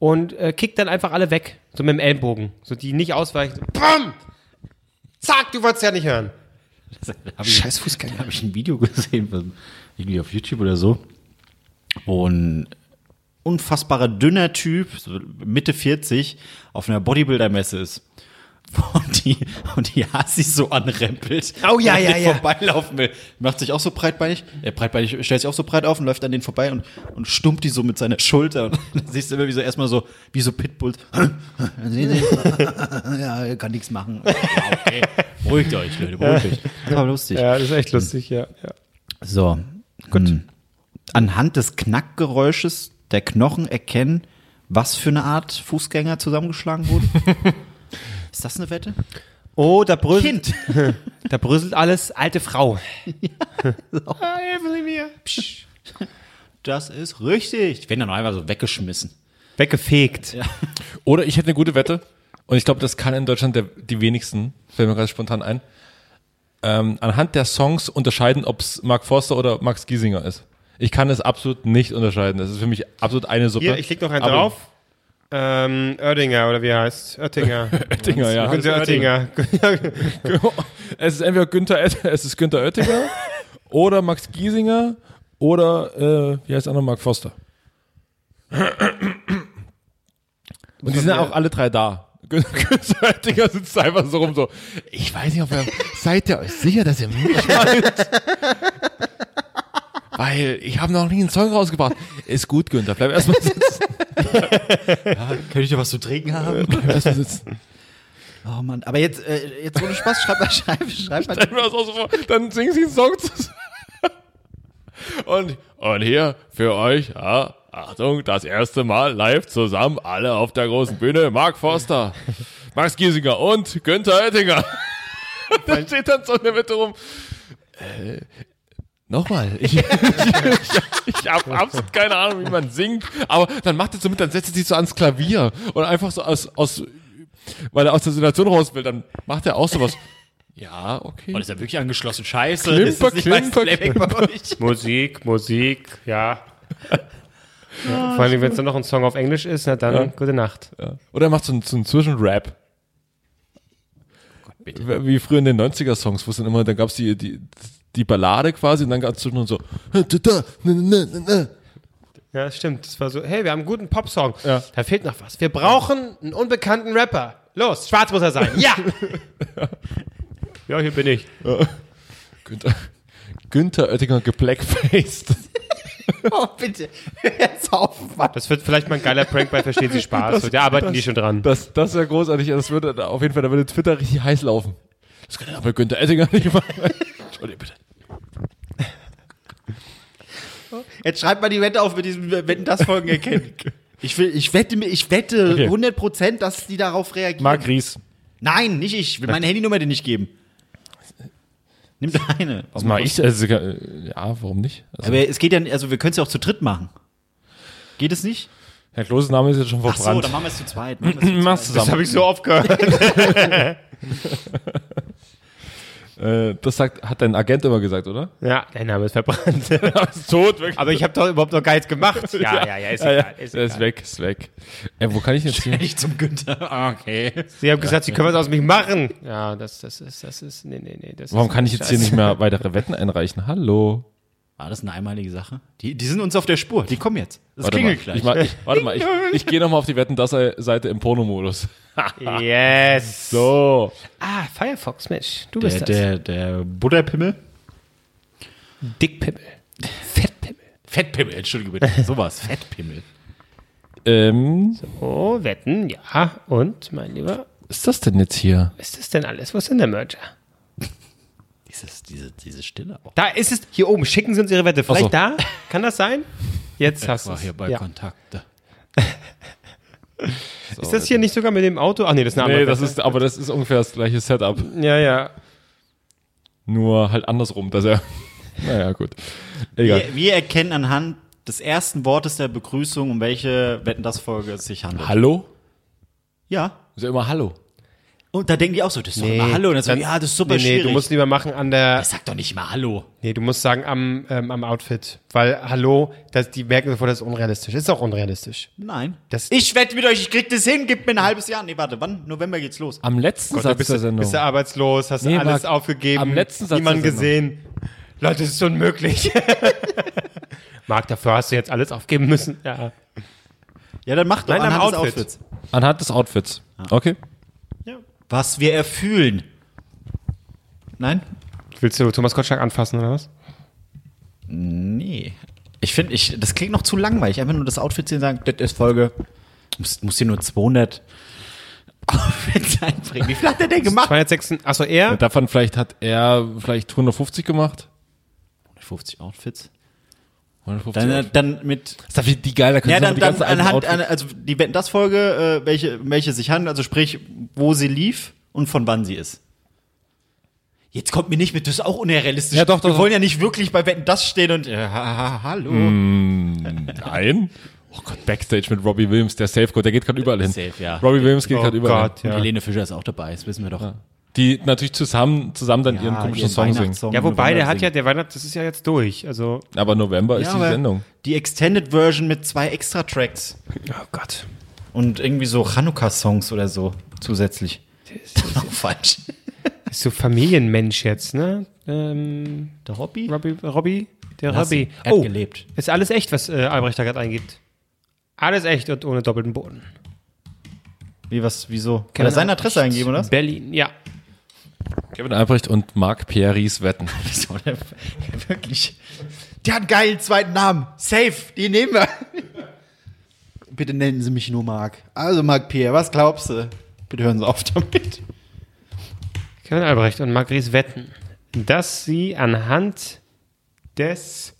A: und äh, kickt dann einfach alle weg, so mit dem Ellenbogen, so die nicht ausweichen. So, Bam! Zack, du wolltest ja nicht hören.
E: Scheiß Fußgänger. Da habe ich ein Video gesehen, von, irgendwie auf YouTube oder so, wo ein unfassbarer dünner Typ, so Mitte 40, auf einer Bodybuilder-Messe ist. Und die, und die Hassis so anrempelt.
A: Oh, ja,
E: und an
A: ja,
E: den
A: ja.
E: Vorbeilaufen will. Macht sich auch so breitbeinig. Er breitbeinig stellt sich auch so breit auf und läuft an den vorbei und, und stummt die so mit seiner Schulter. Und dann siehst du immer wie so erstmal so, wie so Pitbulls. ja, kann nichts machen. Ja, okay. Beruhigt euch, Leute, beruhigt euch. Das war lustig.
A: Ja, das ist echt lustig, ja. ja.
E: So. Gut. Anhand des Knackgeräusches der Knochen erkennen, was für eine Art Fußgänger zusammengeschlagen wurde? Ist das eine Wette?
A: Oh, da bröselt, da bröselt alles, alte Frau. ah, Hilfe mir.
E: Das ist richtig. Ich bin dann noch einfach so weggeschmissen.
A: Weggefegt.
B: Oder ich hätte eine gute Wette. Und ich glaube, das kann in Deutschland der, die wenigsten, fällt mir gerade spontan ein. Ähm, anhand der Songs unterscheiden, ob es Mark Forster oder Max Giesinger ist. Ich kann es absolut nicht unterscheiden. Das ist für mich absolut eine Suppe.
A: Hier, ich leg noch einen
B: Aber-
A: drauf. Ähm, Oerdinger, oder wie er heißt? Oettinger.
B: Oettinger, ja.
A: Günther Oettinger.
B: Es ist entweder Günther, Oet- es ist Günther Oettinger oder Max Giesinger oder, äh, wie heißt der andere, Mark Forster. Und die sind ja auch alle drei da. Gün- Günther Oettinger sitzt einfach so rum so, ich weiß nicht, ob er, seid ihr euch sicher, dass ihr mich meint? Weil ich habe noch nie einen Song rausgebracht. Ist gut, Günther, bleib erstmal sitzen.
E: Könnte ich ja was zu trinken haben?
B: Bleib erstmal sitzen.
E: Oh Mann. Aber jetzt, äh, jetzt ohne Spaß, schreib mal, schreib, schreib mal.
B: Stell mir das auch so vor. Dann singen sie einen Song zusammen. Und, und hier für euch, ja, Achtung, das erste Mal live zusammen, alle auf der großen Bühne, Mark Forster, Max Giesinger und Günther Oettinger. Und Da steht dann so eine Mitte rum. Äh, Nochmal, ich, ich, ich, ich habe absolut keine Ahnung, wie man singt, aber dann macht er so mit, dann setzt er sich so ans Klavier und einfach so aus, aus, weil er aus der Situation raus will, dann macht er auch sowas. Oh, Ja, okay.
E: ist ja wirklich angeschlossen. Scheiße.
B: Klimper,
E: Ist das nicht
B: klimper,
E: mein Playback bei euch?
A: Musik, Musik, ja. ja vor allem, wenn es dann noch ein Song auf Englisch ist, na dann
B: Ja.
A: gute Nacht.
B: Oder er macht so einen, so einen Zwischenrap. Oh Wie früher in den 90er-Songs, wo es dann immer, dann gab es die, die, die Ballade quasi und dann gab es zwischendurch so.
A: Ja, stimmt. Das war so, hey, wir haben einen guten Popsong.
B: Ja.
A: Da fehlt noch was. Wir brauchen einen unbekannten Rapper. Los, schwarz muss er sein. Ja! ja, hier bin ich.
B: Günther, Günther Oettinger geblackfaced.
J: Oh, bitte. Jetzt auf, Mann.
A: Das wird vielleicht mal ein geiler Prank bei Verstehen Sie Spaß. da arbeiten die schon dran.
B: Das, das wäre großartig. Das würde da auf jeden Fall, da würde Twitter richtig heiß laufen. Das kann ja bei Günther Ettinger nicht machen. Entschuldigung, bitte.
E: Jetzt schreibt mal die Wette auf mit diesem Wetten das Folgen erkennen. Ich, will, ich wette, mir- ich wette
B: Okay.
E: 100%, dass die darauf reagieren.
B: Marc Ries.
E: Nein, nicht ich. Ich will meine Handynummer dir nicht geben. Nimm deine.
B: Was mache ich? Also, äh, ja, warum nicht? Also,
E: Aber es geht ja, also wir können es ja auch zu dritt machen. Geht es nicht?
B: Herr Kloses Name ist jetzt schon
E: Ach so,
B: verbrannt.
E: dann machen wir es zu zweit. Machen wir's zu
B: Mach's
E: zweit.
B: zusammen.
E: ich so oft gehört.
B: Äh, das sagt, hat dein Agent immer gesagt, oder?
A: Ja, dein Name ist verbrannt.
B: ist tot, wirklich.
A: Aber ich habe doch überhaupt noch gar nichts gemacht. Ja, ja, ja, ist egal. Ist
B: Er ist
A: egal.
B: weg, ist weg. Äh, wo kann ich jetzt hier?
E: Nicht zum Günther. Ah, Okay.
A: Sie haben gesagt, Sie können was aus mich machen. Ja, das, das ist, das ist, nee, nee, nee. Das
B: Warum
A: ist
B: kann ich jetzt hier
A: Scheiße.
B: nicht mehr weitere Wetten einreichen? Hallo.
E: War das eine einmalige Sache? Die, die sind uns auf der Spur. Die kommen jetzt. Das
B: Warte mal, ich, mach- ich, warte mal, ich, ich gehe nochmal auf die Wetten, dass Seite im Pornomodus.
A: Yes.
B: So.
A: Ah, Firefox, Mensch, du
E: Der,
A: bist das.
E: der, der Butterpimmel.
A: Dickpimmel. Fettpimmel.
E: Fettpimmel, entschuldige bitte. Sowas. Fettpimmel.
B: Ähm,
A: Oh, wetten, ja. Und, mein Lieber,
B: was ist das denn jetzt hier?
A: was ist das denn alles? Wo ist denn der Merger?
E: Dieses, diese, diese Stille auch.
A: Da ist es, hier oben. Schicken Sie uns Ihre Wette. Vielleicht
B: so.
A: da? Kann das sein? Jetzt hast du
E: War
A: es.
E: hier bei
A: Ja.
E: Kontakte.
A: Ist das hier nicht sogar mit dem Auto? Ach nee, das ist eine andere
B: Nee, das
A: Wette.
B: ist, aber das ist ungefähr das gleiche Setup.
A: Ja, ja.
B: Nur halt andersrum, dass er. Naja, gut. Egal.
E: Wir, wir erkennen anhand des ersten Wortes der Begrüßung, um welche Wetten das Folge es sich handelt.
B: Hallo?
E: Ja.
B: Ist ja immer Hallo.
E: Und da denken die auch so, das ist doch immer Hallo. Und dann so, ja, das ist super
A: nee, nee,
E: schwierig.
A: du musst lieber machen an der,
E: ich sag doch nicht immer Hallo.
A: nee, du musst sagen am, ähm, am Outfit. Weil, hallo, das, die merken sofort, das ist unrealistisch. Ist auch unrealistisch.
E: Nein.
A: Das-
E: ich wette mit euch, ich krieg das hin, gib mir ein halbes Jahr. Nee, warte, wann? November geht's los.
B: Am letzten Satz
A: Also bist,
B: der
A: du,
B: Sendung.
A: bist du arbeitslos, hast
B: Nee,
A: alles
B: Marc,
A: aufgegeben,
B: am letzten Satz
A: niemanden
B: der Sendung.
A: gesehen. Leute, das ist unmöglich. Marc, dafür hast du jetzt alles aufgeben müssen. Ja.
E: Ja, dann macht doch
A: Nein, am
E: anhand des
A: Outfit.
E: Outfits.
B: Anhand des Outfits.
A: Ah.
B: Okay.
E: Was wir erfühlen. Nein?
A: Willst du Thomas Gottschalk anfassen oder was?
E: Nee. Ich finde, ich, das klingt noch zu langweilig. Einfach nur das Outfit sehen und sagen, das ist Folge. Muss, muss hier nur 200 Outfits einbringen. Wie viel hat der denn gemacht?
A: 206. Achso, er?
B: Davon vielleicht hat er vielleicht 150 gemacht.
E: 50 Outfits.
B: 150
E: Dann, äh, dann mit
B: ist doch wie die geil, da
E: Ja,
B: kannst
E: dann,
B: die
E: dann
B: ganzen alten
E: anhand,
B: Outfits-
E: an, also die Wetten das Folge, äh, welche, um welche sich handelt, also sprich, wo sie lief und von wann sie ist. Jetzt kommt mir nicht mit, das ist auch unrealistisch.
B: Ja, doch, doch,
E: Wir
B: doch.
E: wollen ja nicht wirklich bei Wetten das stehen und äh, ha, ha, hallo.
B: Nein. Oh Gott, Backstage mit Robbie Williams, der Safeguard, der geht gerade überall hin.
E: Safe, ja.
B: Robbie Williams geht gerade überall hin.
A: Gott, ja.
E: Helene Fischer ist auch dabei, das wissen wir doch. Ja,
B: Die natürlich zusammen, zusammen dann ihren komischen Song singen.
A: Ja, wobei, der hat ja, der Weihnacht, das ist ja jetzt durch. Also,
B: Aber November ist die Sendung.
E: Die Extended Version mit zwei extra Tracks
A: oh Gott.
E: und irgendwie so Chanukka-Songs oder so zusätzlich. Das ist auch falsch.
A: Ist so Familienmensch jetzt, ne? Ähm,
E: Der Oh. Hobby?
A: Robbie, Robbie? Der Oh,
E: Lass
A: Robbie.
E: ihn. Er hat gelebt.
A: Ist alles echt, was äh, Albrecht da gerade eingibt. Alles echt und ohne doppelten Boden.
E: Wie, was, wieso? Kann er seine Adresse eingeben, oder? was?
A: Berlin, ja.
B: Kevin Albrecht und Marc Pieris wetten.
E: So, der, ja, wirklich. Der hat einen geilen zweiten Namen. Safe, die nehmen wir. Bitte nennen Sie mich nur Marc. Also, Marc Pierre, was glaubst du? Bitte hören Sie auf damit.
A: Kevin Albrecht und Margries wetten, dass sie anhand des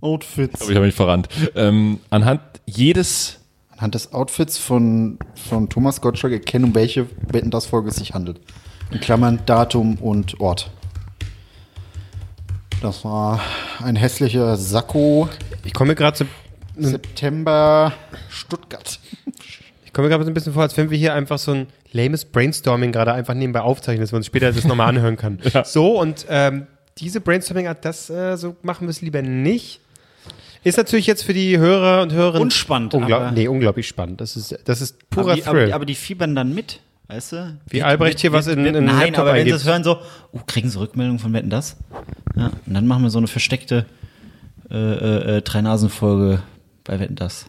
B: Aber
E: Outfits.
B: ich habe mich verrannt. Ähm, anhand jedes,
K: Anhand des Outfits von, von Thomas Gottschalk erkennen, um welche Wetten das Folge es sich handelt. In Klammern Datum und Ort. Das war ein hässlicher Sakko,
A: Ich komme mir gerade so
K: September, Stuttgart.
A: ich komme mir gerade so ein bisschen vor, als wenn wir hier einfach so ein lames Brainstorming gerade einfach nebenbei aufzeichnen, dass man uns später das nochmal anhören kann. So, und ähm, diese Brainstorming hat das, äh, so machen wir es lieber nicht. Ist natürlich jetzt für die Hörer und Hörerinnen
E: Unspannend,
A: Ungla
E: aber-
A: nee, unglaublich spannend. Das ist, das ist purer
E: Aber die, aber,
A: Thrill.
E: die- aber die fiebern dann mit, weißt du?
A: Wie Albrecht hier was in- in den
E: Nein,
A: Laptop
E: aber wenn sie
A: eingibt.
E: es hören, so, oh, kriegen sie Rückmeldung von Wetten das? Ja, und dann machen wir so eine versteckte äh, äh, äh, Drei-Nasen-Folge bei Wetten das.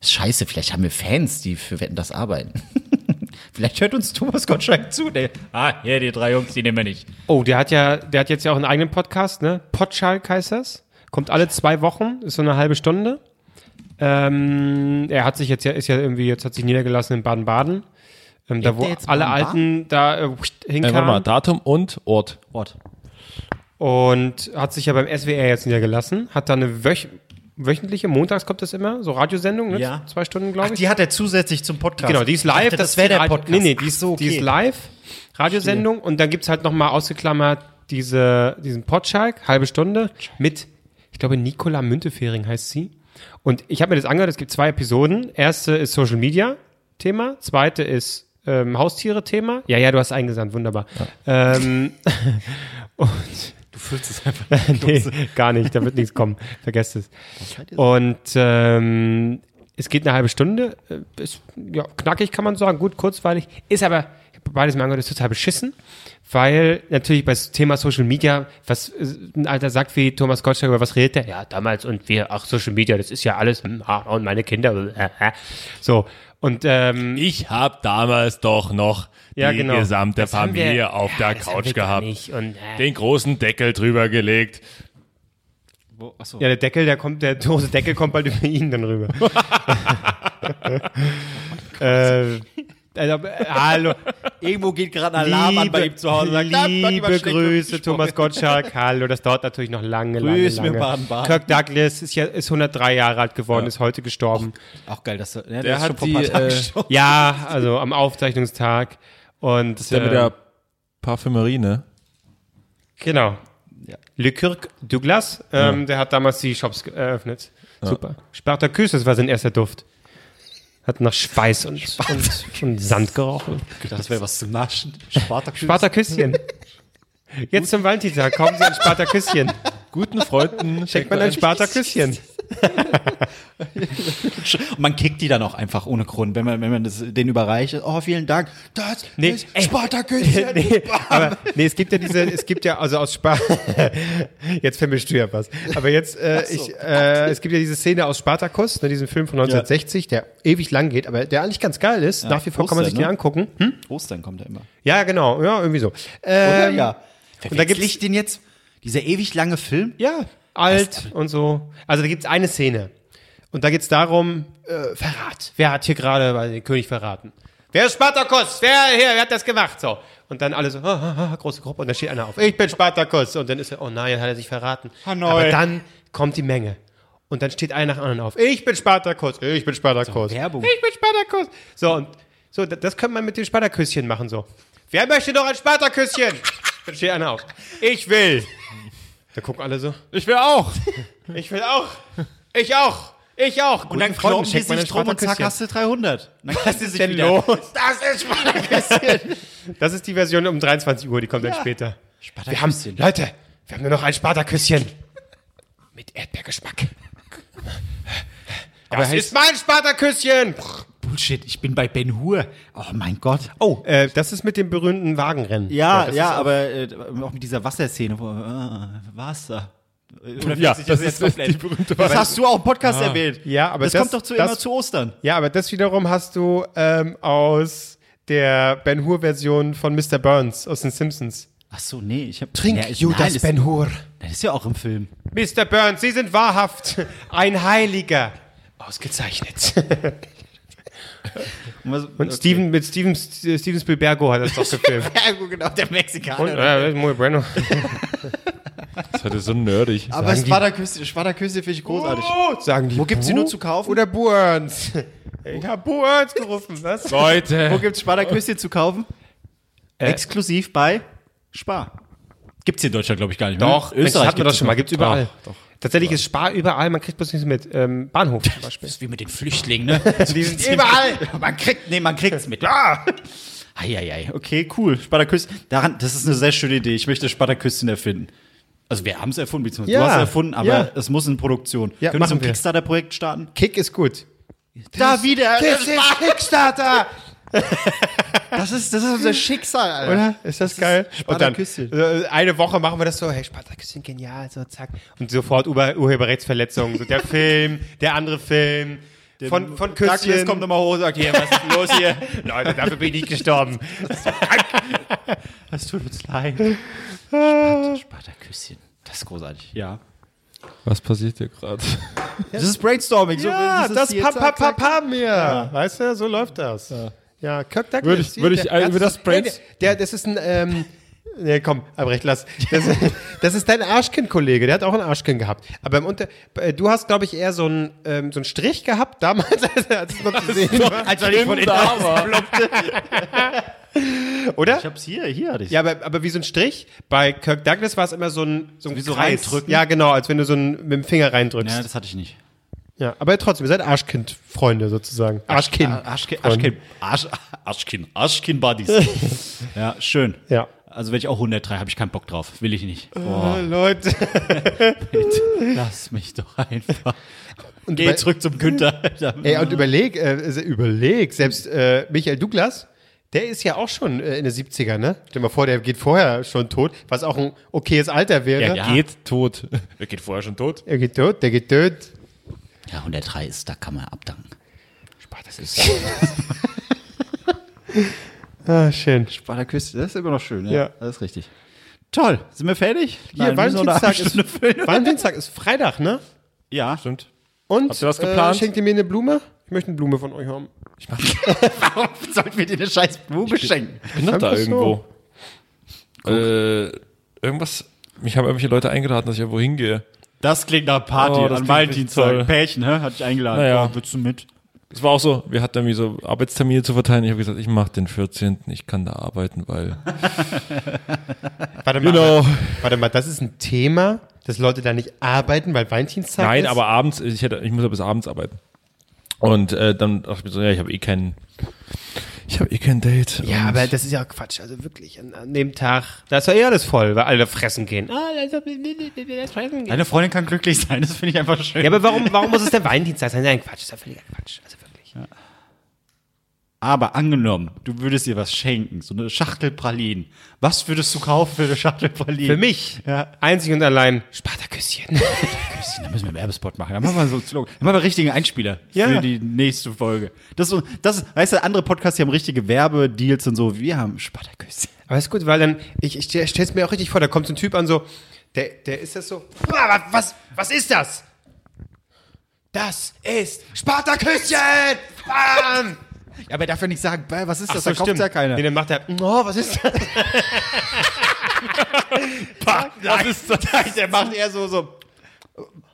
E: Ist Scheiße, vielleicht haben wir Fans, die für Wetten das arbeiten. vielleicht hört uns Thomas Gottschalk zu. Der, ah, hier, die drei Jungs, die nehmen wir nicht.
A: Oh, der hat ja, der hat jetzt ja auch einen eigenen Podcast, ne? Potschalk heißt das. Kommt alle zwei Wochen, ist so eine halbe Stunde. Ähm, er hat sich jetzt ja, ist ja irgendwie, jetzt hat sich niedergelassen in Baden-Baden. Ähm, da,
D: Hebt
A: wo
D: der jetzt
A: alle
D: mal einen
A: Alten da äh,
B: Einfach mal,
A: hinkamen.
B: Datum und Ort.
D: Ort.
A: Und hat sich ja beim SWR jetzt niedergelassen. Hat da eine wöch wöchentliche, montags kommt das immer, so Radiosendung, ne?
D: Ja.
A: zwei Stunden,
D: Ach,
A: glaube ich.
D: die hat er zusätzlich zum Podcast.
A: genau, die ist live.
D: Ich dachte, das wäre der
A: Radio-
D: Podcast.
A: Nee, nee, die ist,
D: Ach so,
A: die
D: okay.
A: ist live, Radiosendung. Und dann gibt es halt nochmal ausgeklammert diese, diesen Potschalk, halbe Stunde, mit, ich glaube, Nicola Müntefering heißt sie. Und ich habe mir das angehört, es gibt zwei Episoden. Erste ist Social Media Thema, zweite ist ähm, Haustiere Thema. Ja, ja, du hast eingesandt, wunderbar. Ähm,
D: Du füllst es einfach.
A: nee, gar nicht, da wird nichts kommen. Vergesst es. Und ähm, es geht eine halbe Stunde. Äh, Ist ja, knackig, kann man sagen, gut, kurzweilig. Ist aber, ich habe beides mal angehört, ist total beschissen, weil natürlich bei das Thema Social Media, was äh, ein alter Sack wie Thomas Gottschalk, über was redet der? Ja, damals und wir, ach, Social Media, das ist ja alles, hm, ah, und meine Kinder, äh, äh. so. Und ähm,
B: Ich habe damals doch noch
A: ja,
B: die
A: genau.
B: gesamte
A: Das haben wir-
B: Familie auf
A: ja,
B: der
A: das haben wir
B: Couch
A: gar
B: gehabt.
A: Nicht. Und, äh,
B: Den großen Deckel drüber gelegt.
A: Ja, der Deckel, der kommt, der große Deckel kommt bald über ihn dann rüber. äh, also, äh, hallo.
D: Irgendwo geht gerade ein Alarm an bei ihm zu Hause. und sagt, da hat jemand
A: liebe
D: schlecht
A: Grüße,
D: gesprochen.
A: Thomas Gottschalk. Hallo, das dauert natürlich noch lange, lange,
D: Grüß mir
A: lange.
D: Baden-Baden.
A: Kirk Douglas ist, ja, ist 103 Jahre alt geworden, ist heute gestorben.
D: Auch geil, dass er. Ja,
B: Der
D: ist
B: hat
D: schon vor ein paar
B: die,
D: Tagen
B: äh,
D: gestorben.
A: Ja, also am Aufzeichnungstag. Und
B: Der mit
A: äh,
B: der Parfümerie, ne?
A: Genau. Le Kirk Douglas, ähm, der hat damals die Shops ge- eröffnet. Super. Spartacus, das war sein erster Duft. Hat nach Schweiß und, und, und Sand gerochen.
D: Ich dachte, das wäre was zum Naschen. Spartakus.
A: Spartaküsschen. Jetzt zum Valentinstag, kaufen Sie ein Spartaküsschen.
B: Guten Freunden
A: Schenkt man ein Spartaküsschen.
D: Und man kickt die dann auch einfach ohne Grund, wenn man, wenn man das, den überreicht. Oh, vielen Dank. Das
A: Nee,
D: ist
A: ey.
D: Spartakus.
A: nee, aber nee, es gibt ja diese, es gibt ja, also aus Sparta, jetzt vermischst du ja was, aber jetzt, äh, ich, äh, es gibt ja diese Szene aus Spartacus, ne, diesen Film von 1960, der ewig lang geht, aber der eigentlich ganz geil ist, nach wie vor kann man sich
D: Poster,
A: den
D: ne?
A: angucken. Hm?
D: Ostern kommt er immer.
A: Ja, genau, ja, irgendwie so.
D: Oder?
A: Ähm,
D: ja.
A: und da
D: Verwechsel
A: gibt's-
D: ich den jetzt? Dieser ewig lange Film?
A: Ja, alt und so. Also da gibt's eine Szene. Und da geht's darum, äh, Verrat. Wer hat hier gerade bei den König verraten? Wer ist Spartakus? Wer hier? Wer hat das gemacht? So. Und dann alle so, ha, ha, ha, große Gruppe. Und dann steht einer auf, ich bin Spartakus. Und dann ist er, oh nein, hat er sich verraten.
D: Hanoi.
A: Aber dann kommt die Menge. Und dann steht einer nach anderen auf, ich bin Spartakus, ich bin Spartakus.
D: Werbung.
A: Ich bin Spartakus. So, und so, d- das könnte man mit dem Spartaküsschen machen, so. Wer möchte noch ein Spartaküsschen? Dann steht einer auf. Ich will. Da gucken alle so.
B: Ich will auch.
A: Ich will auch. Ich auch. Ich auch.
D: Und dann kloppen die sich drum und zack, hast du 300. Und dann kriegst du
A: ist
D: sich
A: denn
D: wieder.
A: los?
D: Das ist Spartakus.
A: Das ist die Version um 23 Uhr, die kommt dann später. Wir haben, Leute, wir haben nur noch ein Spartaküsschen. Mit Erdbeergeschmack. Das ist mein Spartaküsschen.
D: Bullshit, ich bin bei Ben Hur. Oh mein Gott.
A: Oh, äh, das ist mit dem berühmten Wagenrennen.
D: Ja, ja,
A: das ist auch-
D: aber äh, auch mit dieser Wasserszene. Wo, äh, Wasser. Oder
B: Ja,
D: verwechsel ich
B: das
D: jetzt
B: ist die
D: komplett?
B: berühmte
D: Das hast du auch im Podcast erwähnt.
A: Ja, aber
D: Ah. das,
A: das-
D: kommt doch zu,
A: das-
D: immer zu Ostern.
A: Ja, aber das wiederum hast du ähm, aus der Ben Hur-Version von Mr. Burns aus den Simpsons.
D: Ach so, nee, ich habe
A: Trink Judas
D: das,
A: Ben Hur.
D: das ist ja auch im Film.
A: Mr. Burns, Sie sind wahrhaft ein Heiliger. Ausgezeichnet.
D: Und, was,
A: Und Steven, mit Steven, äh, Steven Spielbergo hat das doch gefilmt.
D: Ja, gut, genau, der Mexikaner.
A: Und, äh, Muy bueno.
B: Das ist so nerdig.
D: aber Spartaküsse, Spartaküsse finde ich großartig.
A: Oh, sagen die.
D: Wo gibt's die
A: Bu-
D: nur zu kaufen?
A: Oder Burns. Ich hab Burns gerufen, was?
D: Wo
B: Leute.
D: gibt's Spartaküsse zu kaufen? Exklusiv bei Spar. Äh. Gibt's hier in Deutschland, glaube ich, gar nicht mehr.
A: Doch,
D: Österreich
A: Österreich hatten wir
D: gibt's
A: das schon mal. Gibt's überall.
D: Doch, doch.
A: Tatsächlich ist Spar überall, man kriegt bloß nichts mit. Ähm, Bahnhof zum Beispiel.
D: Das ist wie mit den Flüchtlingen, ne?
A: Die sind überall.
D: Man kriegt, nee, man kriegt's mit. Ah! Eieiei. Okay, cool. Spartaküste. Daran, das ist eine sehr schöne Idee. Ich möchte Spartaküsten erfinden. Also wir haben es erfunden, beziehungsweise
A: Ja,
D: du hast es erfunden, aber
A: ja.
D: es muss in Produktion.
A: Ja,
D: Können wir so ein
A: machen wir.
D: Kickstarter-Projekt starten?
A: Kick ist gut.
D: da wieder!
A: Das ist Kickstarter!
D: Das ist, das ist unser Schicksal, Alter.
A: Oder? Ist das, geil? Und dann,
D: Spartaküsschen.
A: äh, eine Woche machen wir das so, hey, Spartaküsschen, genial, so zack. Und sofort Ur Urheberrechtsverletzungen. So, der Film, der andere Film, von, von Küsschen.
D: Douglas kommt nochmal hoch und sagt, hier, was ist los hier?
A: um Leute, dafür bin ich gestorben.
D: Es tut uns leid. Spartaküsschen. Das ist großartig. Ah. Ja.
B: Was passiert hier gerade?
D: Das ist Brainstorming. so,
A: ja,
D: ist
A: das
D: hier,
A: pam,
D: zack,
A: pam,
D: zack,
A: pam, pam mir. Weißt du, so läuft das. Ja, Kirk Douglas.
B: Würde ich-
A: siehst
B: würde
A: du,
B: ich
A: der-
B: über das
A: der,
B: Brains-
A: der, das ist ein, ähm, nee, komm, Albrecht, lass. Das, das ist dein Arschkind-Kollege, der hat auch ein Arschkind gehabt. Aber im Unter, äh, du hast, glaube ich, eher so einen, ähm, so einen Strich gehabt, damals, als es noch zu sehen war.
D: Als ich von
A: Oder?
D: Ich hab's hier, hier hatte ich.
A: Ja, aber, aber wie so ein Strich. Bei Kirk Douglas war es immer so ein, so ein
D: Wie so
A: Kreis.
D: reindrücken?
A: Ja, genau, als wenn du so ein, mit dem Finger reindrückst.
D: Ja,
A: Ja,
D: das hatte ich nicht.
A: aber trotzdem, ihr seid Arschkind-Freunde sozusagen. Arschkind.
D: Aschkin,
A: Freunde.
D: Aschkin, Asch, Aschkin, Aschkin Buddies. ja, Äh. schön.
A: Ja.
D: Also werde ich auch 103, habe ich keinen Bock drauf. Will ich nicht.
A: Oh, Leute.
D: Lass mich doch einfach.
A: Und
D: Geh
A: über-
D: zurück zum Günther.
A: Ey, und überleg, äh, se- überleg, selbst äh, Michael Douglas, der ist ja auch schon äh, in den 70er, ne? Stell dir mal vor, der geht vorher schon tot, was auch ein okayes Alter wäre.
D: ja.
B: Geht tot. Er geht vorher schon tot.
A: Er geht tot, der geht tot.
D: Ja, 103 ist, da kann man abdanken.
A: Ah, schön.
D: Spartaküste, das ist immer noch schön. Ja,
A: Ja.
D: das ist richtig. Toll, sind wir fertig?
A: Hier,
D: wir müssen noch eine
A: Valentinstag ist,
D: Stunde füllen.
A: Valentinstag ist Freitag, ne?
D: Ja,
B: Stimmt.
A: Und
B: Habt ihr was geplant?
A: Äh, schenkt ihr mir eine Blume? Ich möchte eine Blume von euch haben.
D: sollten wir dir eine scheiß Blume schenken?
B: Ich bin doch da
A: Einfach so.
B: irgendwo. Äh, irgendwas. Mich haben irgendwelche Leute eingeladen, dass ich irgendwo hingehe.
D: Das klingt nach Party
B: Oh, das
D: an
B: klingt
D: Valentinstag.
B: toll.
D: Pärchen, hä? Hat ich eingeladen.
B: Naja.
D: Oh, willst du mit?
B: Es war auch so, wir hatten irgendwie so Arbeitstermine zu verteilen. Ich habe gesagt, ich mache den 14. Ich kann da arbeiten, weil.
A: Warte mal, warte mal, das ist ein Thema, dass Leute da nicht arbeiten, weil Valentinstag
B: Nein,
A: ist.
B: aber abends, ich, hätte, ich muss ja bis abends arbeiten. Und äh, dann dachte ich mir so, ja, ich habe eh keinen. Ich habe eh kein Date.
A: Ja, aber das ist ja Quatsch. Also wirklich, an, an dem Tag, da ist ja eh alles voll, weil alle fressen gehen. Ah, da ist doch- da ist fressen gehen.
D: Deine Freundin kann glücklich sein, das finde ich einfach schön.
A: Ja, aber warum, warum muss es der Valentinstag sein? Nein, Quatsch, das ist ja völliger Quatsch. Also wirklich.
D: Aber angenommen, du würdest ihr was schenken, so eine Schachtel Pralinen. Was würdest du kaufen für eine Schachtel Pralinen?
A: Für mich,
D: Ja.
A: einzig und allein, Spartaküsschen.
D: Da müssen wir einen Werbespot machen. Da machen wir so einen Slogan. Da machen wir einen richtigen Einspieler
A: Ja.
D: für die nächste Folge. Das, ist so- das, weißt du, andere Podcasts, die haben richtige Werbedeals und so. Wir haben Spartaküsschen.
A: aber ist gut, weil dann, ich, ich stell- stell's mir auch richtig vor, da kommt so ein Typ an, so, der, der ist das so, "Ah, was, was, was ist das? Das ist Spartaküsschen! Bam!
D: Ja, aber er darf ja nicht sagen, "Bäh, was ist das?
A: so,
D: da kauft
A: stimmt.
D: ja keiner.
A: Nee, dann macht er, oh, was ist das?
D: was ist das? Der macht eher so, so,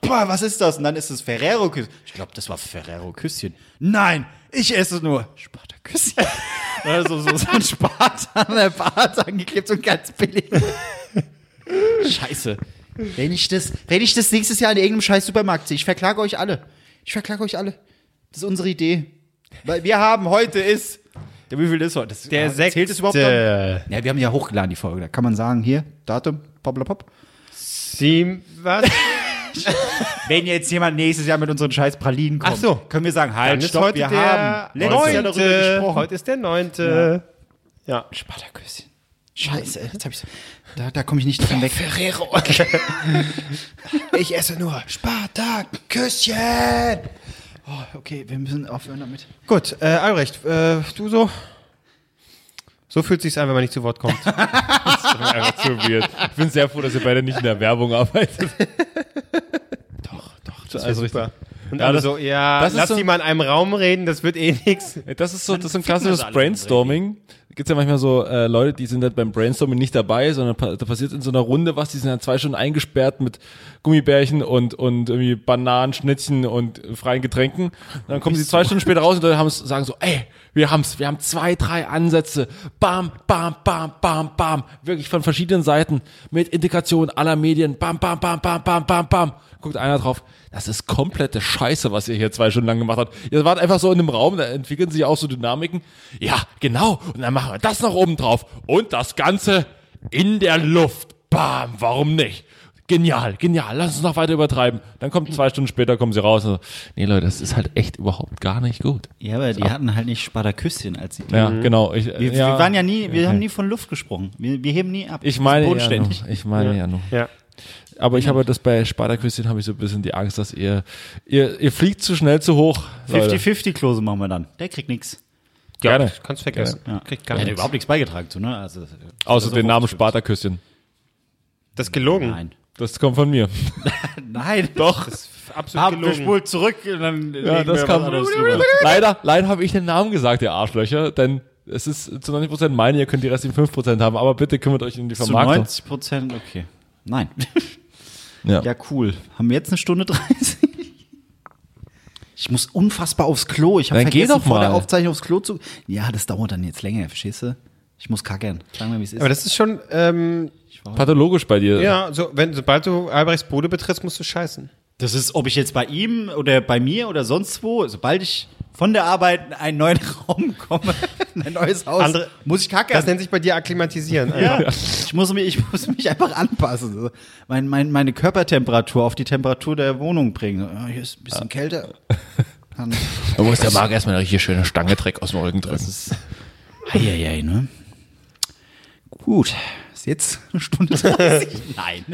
D: boah, was ist das? Und dann ist es Ferrero-Küsschen. Ich glaube, das war Ferrero-Küsschen. Nein, ich esse nur Sparta-Küsschen. also so, so ein Spartan, der Bart angeklebt und ganz billig. Scheiße. Wenn ich, das, wenn ich das nächstes Jahr in irgendeinem scheiß Supermarkt sehe, ich verklage euch alle. Ich verklage euch alle. Das ist unsere Idee. Weil wir haben heute ist. Der wie viel ist heute? Das,
A: Der
D: Zählt es überhaupt noch?
A: sechste.
D: Ja, wir haben ja hochgeladen, die Folge. Da kann man sagen, hier, Datum, popp.
A: Team, was?
D: Wenn jetzt jemand nächstes Jahr mit unseren scheiß Pralinen kommt,
A: Ach so.
D: können wir sagen, halt,
A: Dann ist
D: stopp,
A: heute
D: wir
A: der
D: haben letztes Jahr darüber
A: neunte.
D: gesprochen.
A: Heute ist der neunte. Ja.
D: Spartaküsschen. Scheiße, jetzt hab ich's. Da, da komme ich nicht dran weg. Ferrero.
A: Ich esse nur Spartaküsschen.
D: Oh, Okay, wir müssen aufhören damit.
A: Gut, äh, Albrecht, äh, du so? So fühlt sich's an, wenn man nicht zu Wort kommt.
B: einfach zu weird. Ich bin sehr froh, dass ihr beide nicht in der Werbung arbeitet. doch, doch. Das also
A: Super. Und
B: Ja,
A: alle
B: das-
A: so, ja,
B: das ist
A: lass
B: so-
A: die mal in einem Raum reden, das wird eh nix.
B: Ey, Das ist so, das ist ein
D: ficken das
B: klassisches
D: alles
B: Brainstorming. Gibt es ja manchmal so äh, Leute, die sind halt beim Brainstorming nicht dabei, sondern pa da passiert in so einer Runde was, die sind dann zwei Stunden eingesperrt mit Gummibärchen und, und irgendwie Bananen, Schnittchen und äh, freien Getränken. Und dann kommen sie zwei Stunden später raus und dann haben's, sagen so, ey, wir haben's, wir haben zwei, drei Ansätze. Bam, bam, bam, bam, bam. Wirklich von verschiedenen Seiten mit Integration aller Medien. Bam, bam, bam, bam, bam, bam, bam. Guckt einer drauf, das ist komplette Scheiße, was ihr hier zwei Stunden lang gemacht habt. Ihr wart einfach so in einem Raum, da entwickeln sich auch so Dynamiken. Ja, genau. Und dann machen wir das noch oben drauf. Und das Ganze in der Luft. Bam, warum nicht? Genial, genial, lass uns noch weiter übertreiben. Dann kommt zwei Stunden später, kommen sie raus. Und so, nee, Leute, das ist halt echt überhaupt gar nicht gut.
D: Ja, aber die hatten halt nicht Spartaküsschen als Idee.
B: Ja, genau. Ich,
D: Mhm. Wir, wir waren ja nie, wir haben nie von Luft gesprochen. Wir, wir heben nie ab.
B: Ich meine ja nur,
D: bodenständig. Mhm.
B: ich meine ja, nur.
A: Ja.
B: Aber ich habe das bei Spartaküsschen habe ich so ein bisschen die Angst, dass ihr, ihr, ihr fliegt zu schnell zu hoch. Leute.
D: 50-50-Klose machen wir dann. Der kriegt nichts.
B: Gerne.
A: Kannst vergessen. Kriegt gar
D: Der hat
A: nichts.
D: überhaupt nichts beigetragen zu, ne? Also,
B: Außer den Namen Spartaküsschen.
A: Das ist gelogen.
D: äh, Nein.
B: Das kommt von mir.
D: Nein.
B: Doch.
A: Absolut
D: Hab, wir
A: gelogen.
D: spulen zurück und dann
B: Ja,
D: legen
B: das
D: wir
B: kam.
D: was anderes drüber.
B: Leider, leider habe ich den Namen gesagt, ihr Arschlöcher, denn es ist zu 90% meine, ihr könnt die restlichen 5% haben, aber bitte kümmert euch um die
D: Zu
B: Vermarktung.
D: 90 Prozent, okay. Nein.
B: Ja.
D: Ja, cool. Haben wir jetzt eine Stunde 30? Ich muss unfassbar aufs Klo. Ich habe
B: Dann geh
D: vergessen,
B: doch
D: vor
B: mal.
D: der Aufzeichnung aufs Klo zu. Ja, das dauert dann jetzt länger, verstehst du? Ich muss kackern. Sagen wir, wie es ist.
A: Aber das ist schon, ähm,
B: Pathologisch bei dir.
A: ja, so, wenn, sobald du Albrechts Bude betrittst, musst du scheißen.
D: Das ist, ob ich jetzt bei ihm oder bei mir oder sonst wo, sobald ich von der Arbeit in einen neuen Raum komme, in ein neues Haus,
A: Andere-
D: muss ich kackern.
A: Das nennt sich bei dir akklimatisieren. Ja.
D: Ich muss mich, ich muss mich einfach anpassen. So, Mein, mein, meine Körpertemperatur auf die Temperatur der Wohnung bringen. Ah, hier ist ein bisschen kälter. Dann,
B: Da muss der Marc erstmal eine richtig schöne Stange Dreck aus dem Rücken drücken.
D: eieiei, ne? Gut. Ist jetzt eine Stunde 30? Nein.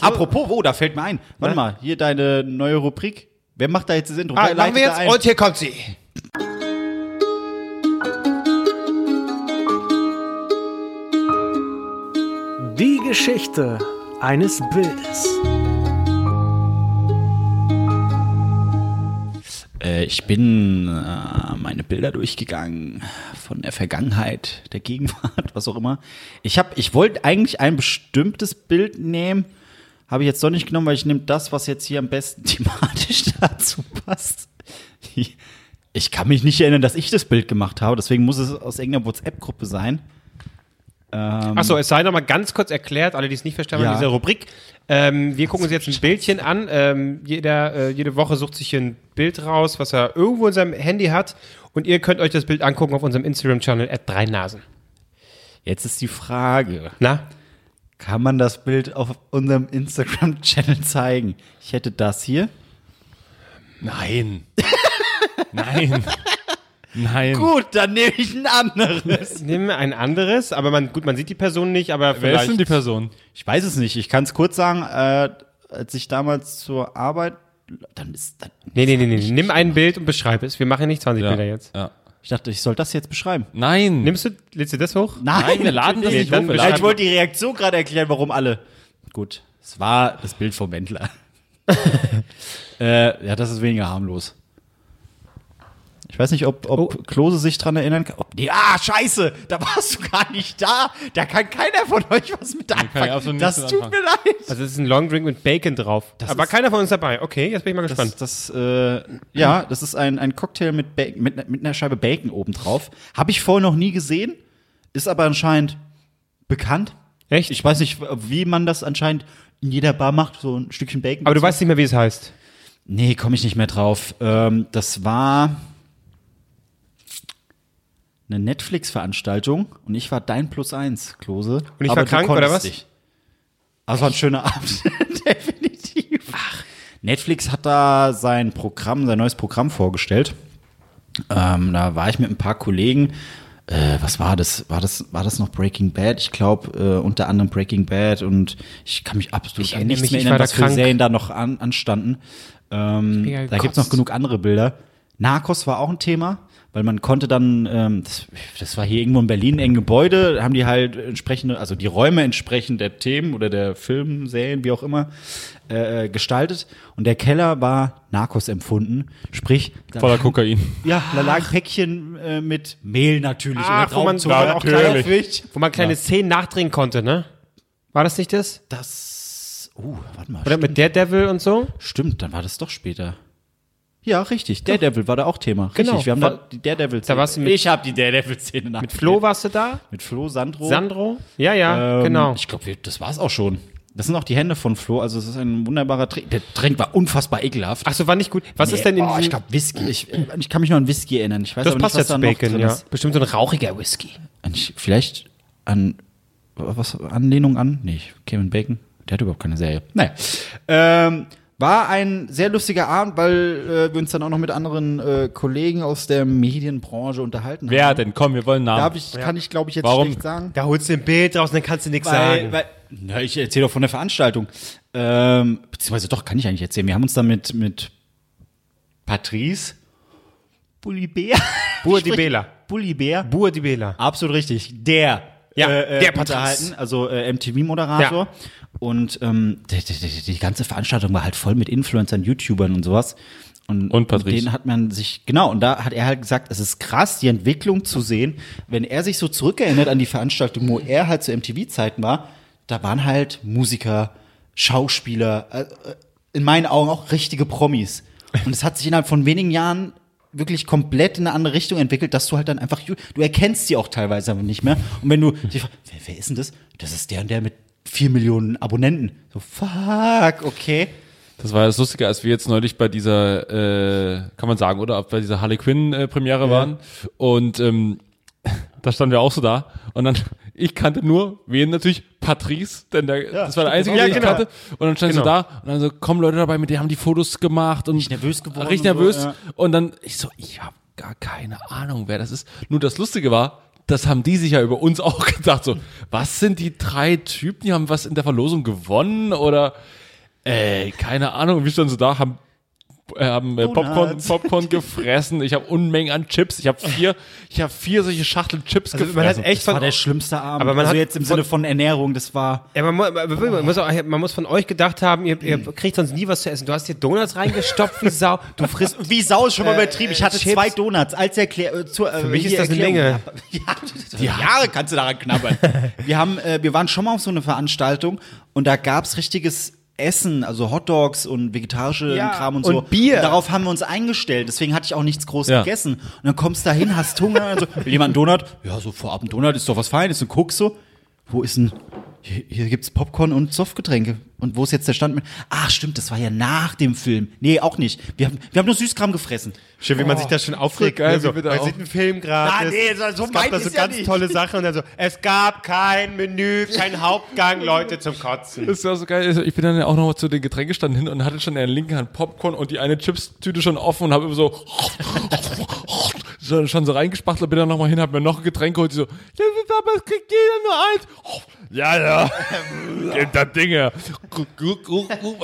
D: Apropos, wo, da fällt mir ein. Warte mal, hier deine neue Rubrik. Wer macht da jetzt das Intro?
A: Ah,
D: Wer
A: machen wir
D: leitet da
A: jetzt
D: ein?
A: und hier kommt sie.
L: Die Geschichte eines Bildes.
D: Äh, ich bin äh, meine Bilder durchgegangen von der Vergangenheit, der Gegenwart, was auch immer. Ich habe, ich wollte eigentlich ein bestimmtes Bild nehmen, habe ich jetzt doch nicht genommen, weil ich nehme das, was jetzt hier am besten thematisch dazu passt. Ich kann mich nicht erinnern, dass ich das Bild gemacht habe, deswegen muss es aus irgendeiner WhatsApp-Gruppe sein.
B: Mhm.
A: Achso, es sei nochmal ganz kurz erklärt, alle, die es nicht verstanden haben,
D: Ja.
A: in dieser Rubrik. Ähm, wir gucken uns jetzt ein Bildchen an. Ähm, jeder, äh, jede Woche sucht sich hier ein Bild raus, was er irgendwo in seinem Handy hat. Und ihr könnt euch das Bild angucken auf unserem Instagram-Channel at 3 Nasen.
D: Jetzt ist die Frage,
A: Na?
D: kann man das Bild auf unserem Instagram-Channel zeigen? Ich hätte das hier.
B: Nein. Nein. Nein.
D: Gut, dann nehme ich ein anderes.
A: Nimm ein anderes, aber man, gut, man sieht die Person nicht, aber
B: Wer ist
A: vielleicht.
B: denn die Person?
D: Ich weiß es nicht. Ich kann es kurz sagen. Äh, als ich damals zur Arbeit, dann ist, dann,
A: nee, nee, nee, nee. Nimm ein Bild und beschreib es. Wir machen hier nicht 20 Bilder jetzt.
B: Ja.
D: ich dachte, ich soll das jetzt beschreiben.
B: Nein.
A: Nimmst du, lädst du das hoch?
B: Nein, wir laden das
A: Nee,
B: nicht
A: dann
B: hoch. wir
A: beschreib-
B: laden-
D: Ich wollte die Reaktion gerade erklären, warum alle. Gut, es war das Bild vom Wendler. äh, ja, das ist weniger harmlos. Ich weiß nicht, ob, ob
B: Oh.
D: Klose sich dran erinnern kann. Ob, nee, ah, scheiße, da warst du gar nicht da. Da kann keiner von euch was mit anfangen.
B: absolut
D: Das
B: nichts
D: tut
B: mit
D: mir leid.
A: Also, es ist ein Long Drink mit Bacon drauf. aber
D: ist-
A: keiner von uns dabei. Okay, jetzt bin ich mal gespannt.
D: Das, das, äh, ja, das ist ein, ein Cocktail mit, Ba- mit, ne- mit einer Scheibe Bacon obendrauf. Habe ich vorher noch nie gesehen, ist aber anscheinend bekannt.
A: Echt?
D: Ich weiß nicht, wie man das anscheinend in jeder Bar macht, so ein Stückchen Bacon.
A: aber du weißt nicht mehr, wie es heißt.
D: Nee, komme ich nicht mehr drauf. Ähm, das war eine Netflix-Veranstaltung und ich war dein Plus eins, Klose. Und
A: ich war krank, oder was?
D: Also war ein schöner Abend, definitiv. Netflix hat da sein Programm, sein neues Programm vorgestellt. Ähm, da war ich mit ein paar Kollegen. Äh, was war das? War das war das noch Breaking Bad? Ich glaube äh, unter anderem Breaking Bad und ich kann mich absolut
A: Ich
D: an
A: erinnere
D: nichts
A: mich,
D: mehr
A: ich
D: erinnern,
A: war da
D: was für
A: krank.
D: Serien da noch an, anstanden. Ähm,
A: bin ja
D: da gibt es
A: gekotzt.
D: noch genug andere Bilder. Narcos war auch ein Thema, weil man konnte dann, ähm, das, das war hier irgendwo in Berlin, eng Gebäude, da haben die halt entsprechende, also die Räume entsprechend der Themen oder der Filmserien, wie auch immer, äh, gestaltet. Und der Keller war Narcos empfunden, sprich da
B: Voller
D: lagen-
B: Kokain.
D: Ja, da lagen Päckchen äh, mit Mehl natürlich
A: Ach,
D: oder
A: Ah, wo man, wo
D: Traubenzucker.
A: man auch kleine,
D: Natürlich.
A: wo man kleine Szenen nachdrehen konnte, ne? War das nicht das?
D: Das, oh, warte mal,
A: Oder mit Daredevil und so?
D: Stimmt, dann war das doch später. Ja, richtig. Daredevil war da auch Thema. Richtig,
A: Genau.
D: wir haben
A: War-
D: da die Daredevil-Szene.
A: Da warst du mit-
D: ich habe die Daredevil-Szene nach.
A: Mit Flo warst du da?
D: Mit Flo, Sandro.
A: Sandro? Ja, ja,
D: Ähm,
A: genau.
D: Ich glaube, das war's auch schon. Das sind auch die Hände von Flo. Also, es ist ein wunderbarer Trink. Der Trink war unfassbar ekelhaft.
A: Achso, war nicht gut. Was ist denn in
D: oh, ich
A: diesem-
D: glaube, Whisky. Ich, ich kann mich noch an Whisky erinnern. Ich weiß
A: Das
D: aber
A: passt ja
D: nicht, was
A: zu
D: da noch
A: Bacon,
D: drin
A: ja.
D: ist.
A: Bestimmt so ein rauchiger Whisky.
D: An- Vielleicht an was Anlehnung an? Nee, Kevin Bacon. Der hat überhaupt keine Serie. Naja. Ähm, war ein sehr lustiger Abend, weil äh, wir uns dann auch noch mit anderen äh, Kollegen aus der Medienbranche unterhalten haben.
B: Wer denn? Komm, wir wollen Namen.
D: Darf ich, kann ich, glaube ich, jetzt
B: Warum?
D: schlecht sagen.
A: Da holst du ein Bild raus und dann kannst du nichts
D: Weil, weil, na, ich erzähle doch von der Veranstaltung. Ähm, beziehungsweise doch, kann ich eigentlich erzählen. Wir haben uns dann mit, mit Patrice Bulibea.
A: Buadibela.
D: Bulibea.
A: Buadibela.
D: Absolut richtig. Der. äh,
A: Ja, der Patrice.
D: unterhalten, also äh, MTV-Moderator. Und ähm, die, die, die, die ganze Veranstaltung war halt voll mit Influencern, YouTubern und sowas. Und,
B: Und Patrice.
D: Den hat man sich, genau, und da hat er halt gesagt, es ist krass, die Entwicklung zu sehen. Wenn er sich so zurückerinnert an die Veranstaltung, wo er halt zu MTV-Zeiten war, da waren halt Musiker, Schauspieler, äh, äh, in meinen Augen auch richtige Promis. Und es hat sich innerhalb von wenigen Jahren wirklich komplett in eine andere Richtung entwickelt, dass du halt dann einfach, ju- du erkennst sie auch teilweise aber nicht mehr. Und wenn du, dich fragst, wer, wer ist denn das? Das ist der und der mit vier Millionen Abonnenten. So, fuck, okay.
B: Das war das Lustige, als wir jetzt neulich bei dieser, äh, kann man sagen, oder? Bei dieser Harley Quinn-Premiere waren. Und ähm, da standen wir auch so da. Und dann, ich kannte nur, wen natürlich? Patrice, denn der, das war der einzige, den ich
D: genau.
B: kannte. Und dann stand ich so da und dann so, kommen Leute dabei, mit denen haben die Fotos gemacht und
D: nervös geworden
B: Richtig
D: und so,
B: nervös.
D: ja.
B: Und dann, ich so, ich habe gar keine Ahnung, wer das ist. Nur das Lustige war, das haben die sich ja über uns auch gedacht. So, was sind die drei Typen, die haben was in der Verlosung gewonnen oder äh, keine Ahnung. Und Wir standen so da, haben, äh, haben äh, Popcorn,
D: Donuts.
B: Popcorn gefressen. Ich habe Unmengen an Chips. Ich habe vier, ich habe vier solche Schachteln Chips
A: Also, man
B: gefressen.
A: hat echt
D: Das war
A: von,
D: der schlimmste Abend.
A: Aber man
D: also
A: hat-
D: jetzt im Sinne von Ernährung, das war.
A: ja, man, mu- man, man, muss auch, man muss von euch gedacht haben, ihr, ihr kriegt sonst nie was zu essen. Du hast dir Donuts reingestopft wie Sau. Du frisst
D: Wie Sau ist schon mal übertrieben.
A: äh,
D: ich hatte
A: Chips.
D: zwei Donuts als Erklärung. Äh, zur, äh,
A: Für mich ist
D: hier
A: das eine
D: Erklärung.
A: Menge.
D: Ja, die Haare kannst du daran knabbern. wir, haben, äh, wir waren schon mal auf so eine Veranstaltung und da gab's richtiges Essen, also Hotdogs und vegetarische
A: Ja,
D: Kram und,
A: und
D: so.
A: Bier.
D: Und darauf haben wir uns eingestellt. Deswegen hatte ich auch nichts groß
B: Ja.
D: gegessen. Und dann kommst du da hin, hast Hunger und so. Will jemand einen Donut? Ja, so vorab ein Donut ist doch was Feines. Und guckst so, wo ist denn. Hier, hier gibt's Popcorn und Softgetränke. Und wo ist jetzt der Stand mit? Ach, stimmt, das war ja nach dem Film. Nee, auch nicht. Wir haben, wir haben nur Süßkram gefressen.
A: Schön, wie man sich das schon aufregt.
B: Geil,
A: Also,
B: wie wir
A: man
B: da auch-
A: sieht einen Film gratis.
D: Oh. Ah, nee, so- so
A: es gab
D: meint
A: da so
D: ich's ja
A: ganz
D: nicht.
A: tolle Sachen und dann so, es gab kein Menü, kein Hauptgang, Leute zum Kotzen.
B: Das war so geil. Also Ich bin dann ja auch noch mal zu den Getränkestanden hin und hatte schon in der linken Hand Popcorn und die eine Chips-Tüte schon offen und habe immer so, so schon so reingespachtelt, bin dann noch mal hin, habe mir noch ein Getränk geholt, die so, das ist aber, es kriegt jeder nur eins. Ja, ja, gib das Ding her.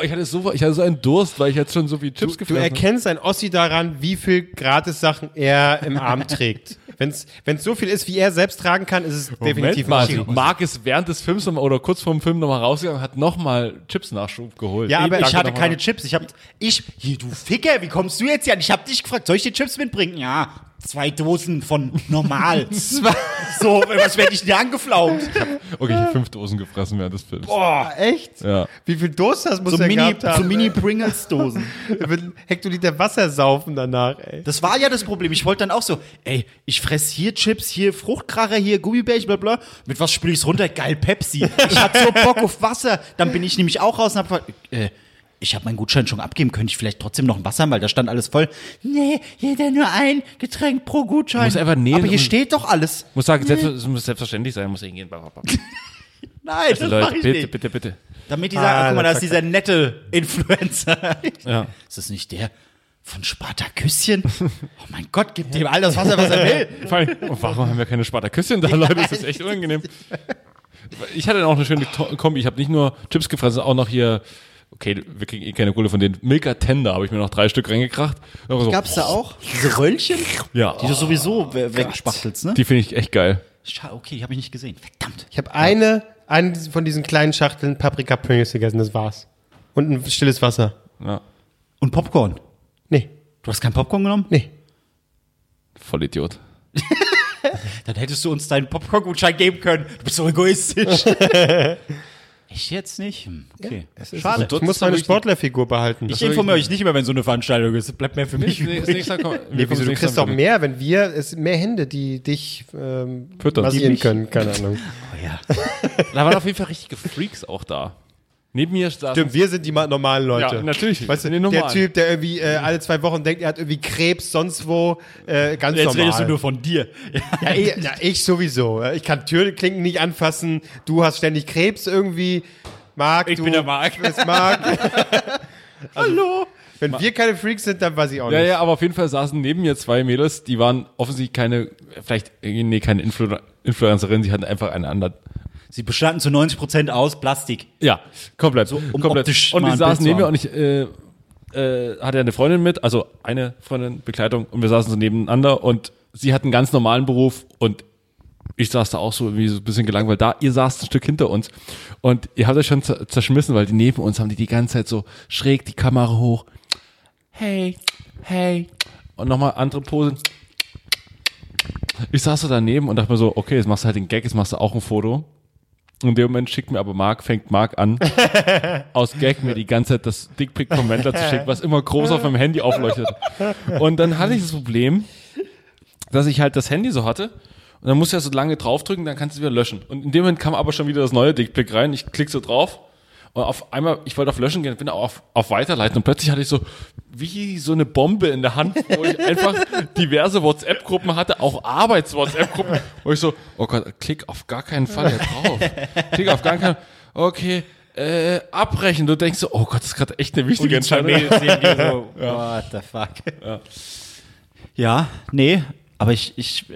B: Ich hatte so, ich hatte so einen Durst, weil ich jetzt schon so viel Chips
A: Du
B: gefressen habe.
A: erkennst ein Ossi daran, wie viel Gratis-Sachen er im Arm trägt. Wenn es so viel ist, wie er selbst tragen kann, ist es definitiv
B: Moment mal,
A: ein Ossi.
B: Marc ist während des Films noch mal, oder kurz vor dem Film nochmal rausgegangen, hat nochmal Chips-Nachschub geholt.
A: Ja, aber
D: ich
A: danke
D: hatte
A: nochmal.
D: keine Chips. Ich hab, ich, hier, du Ficker, wie kommst du jetzt hier an? Ich hab dich gefragt, soll ich dir Chips mitbringen? Ja, zwei Dosen von normal. Zwei- so, was werde ich denn hier angeflaumt?
B: Okay, ich habe fünf Dosen gefressen während des Films.
A: Boah, echt?
B: Ja.
A: Wie viel Durst das muss
D: So
A: er
D: Mini,
A: gehabt
D: so
A: haben?
D: Mini Pringles-Dosen.
A: Er will Hektoliter Wasser saufen danach, ey.
D: Das war ja das Problem. Ich wollte dann auch so, ey, ich fress hier Chips, hier Fruchtkracher, hier Gummibärchen, bla bla. Mit was spül ich's runter? Geil, Pepsi. Ich hatte so Bock auf Wasser. Dann bin ich nämlich auch raus und hab gefragt, äh, ich habe meinen Gutschein schon abgeben, könnte ich vielleicht trotzdem noch ein Wasser haben, weil da stand alles voll. Nee, jeder nur ein Getränk pro Gutschein.
B: Muss einfach nähen
D: Aber hier
B: und-
D: steht doch alles.
B: muss sagen, selbst, es muss selbstverständlich sein, muss hingehen. Bla, bla, bla.
D: Nein, das mach
B: Also Leute,
D: ich
B: bitte,
D: nicht.
B: bitte, bitte.
D: Damit die sagen, ah, guck mal, da ist dieser nette Influencer. Ja. Ist das nicht der von Spartaküsschen? Oh mein Gott, gib dem all das Wasser, was er will.
B: Vor allem, warum haben wir keine Spartaküsschen da, Leute? Das ist echt unangenehm. Ich hatte auch eine schöne To- Kombi. Ich habe nicht nur Chips gefressen, auch noch hier. Okay, wir kriegen eh keine Kohle von denen. Milka Tender habe ich mir noch drei Stück reingekracht. Aber so,
D: Gab's da auch diese Röllchen?
B: Ja.
D: Die du sowieso we wegspachtelst, ne?
B: Die finde ich echt geil.
D: Scha okay, die habe ich nicht gesehen. Verdammt.
A: Ich habe eine, eine von diesen kleinen Schachteln Paprika-Pringles gegessen, das war's. Und ein stilles Wasser.
B: Ja.
D: Und Popcorn.
A: Nee,
D: Du hast kein Popcorn genommen?
A: nee.
B: Voll Idiot.
D: Dann hättest du uns deinen Popcorn-Gutschein geben können. Du bist so egoistisch. ich jetzt nicht? Hm, Okay. Schade.
A: Ich muss meine Sportlerfigur behalten.
D: Ich informiere euch nicht immer, wenn so eine Veranstaltung ist. Bleibt mehr für mich übrig.
A: Nee, wieso, du kriegst doch mehr, wenn wir, es sind mehr Hände, die dich ähm,
B: Füttern. Die
A: massieren
B: mich-
A: können, keine Ahnung.
B: Da waren auf jeden Fall richtige Freaks auch da. Neben mir saß
A: Stimmt, wir sind die ma- normalen Leute.
B: Ja, natürlich.
A: Weißt du,
B: Nee, normal.
A: der Typ, der irgendwie äh, alle zwei Wochen denkt, er hat irgendwie Krebs, sonst wo, äh, ganz
D: Jetzt
A: normal.
D: redest du nur von dir.
A: ja,
D: eh.
A: ich, ja, ich sowieso. Ich kann Türklinken nicht anfassen. Du hast ständig Krebs irgendwie. Marc, du
D: Marc.
A: bist Marc. Hallo. Wenn wir keine Freaks sind, dann weiß ich auch
B: Ja,
A: nicht.
B: ja, aber auf jeden Fall saßen neben mir zwei Mädels, die waren offensichtlich keine, vielleicht, äh, nee, keine Influ Influencerin, sie hatten einfach einen anderen.
D: Sie bestanden zu 90 Prozent aus Plastik.
B: Ja, komplett.
D: um
B: komplett.
D: optisch
B: und
D: mal
B: die
D: ein
B: saßen
D: Bild
B: neben
D: zu
B: mir und ich, äh, äh, hatte eine Freundin mit, also eine Freundin, Begleitung, und wir saßen so nebeneinander und sie hat einen ganz normalen Beruf und ich saß da auch so irgendwie so ein bisschen gelangweilt da. Ihr saßt ein Stück hinter uns und ihr habt euch schon zer- zerschmissen, weil die neben uns haben die die ganze Zeit so schräg die Kamera hoch. Hey, hey. Und nochmal andere Posen. Ich saß so daneben und dachte mir so, okay, jetzt machst du halt den Gag, jetzt machst du auch ein Foto. Und in dem Moment schickt mir aber Marc, fängt Marc an, aus Gag mir die ganze Zeit das Dickpick vom Wendler zu schicken, was immer groß auf meinem Handy aufleuchtet. Und dann hatte ich das Problem, dass ich halt das Handy so hatte. Und dann musst du ja so lange draufdrücken, dann kannst du es wieder löschen. Und in dem Moment kam aber schon wieder das neue Dickpick rein. Ich klick so drauf. Und auf einmal, ich wollte auf Löschen gehen, bin auch auf, auf Weiterleiten. Und plötzlich hatte ich so, wie so eine Bombe in der Hand, wo ich einfach diverse WhatsApp-Gruppen hatte, auch Arbeits-WhatsApp-Gruppen, wo ich so, oh Gott, klick auf gar keinen Fall hier drauf. Klick auf gar keinen Okay, äh, abbrechen. Du denkst so, oh Gott, das ist gerade echt eine wichtige Entscheidung.
D: so, what the fuck. Ja, nee, aber ich, ich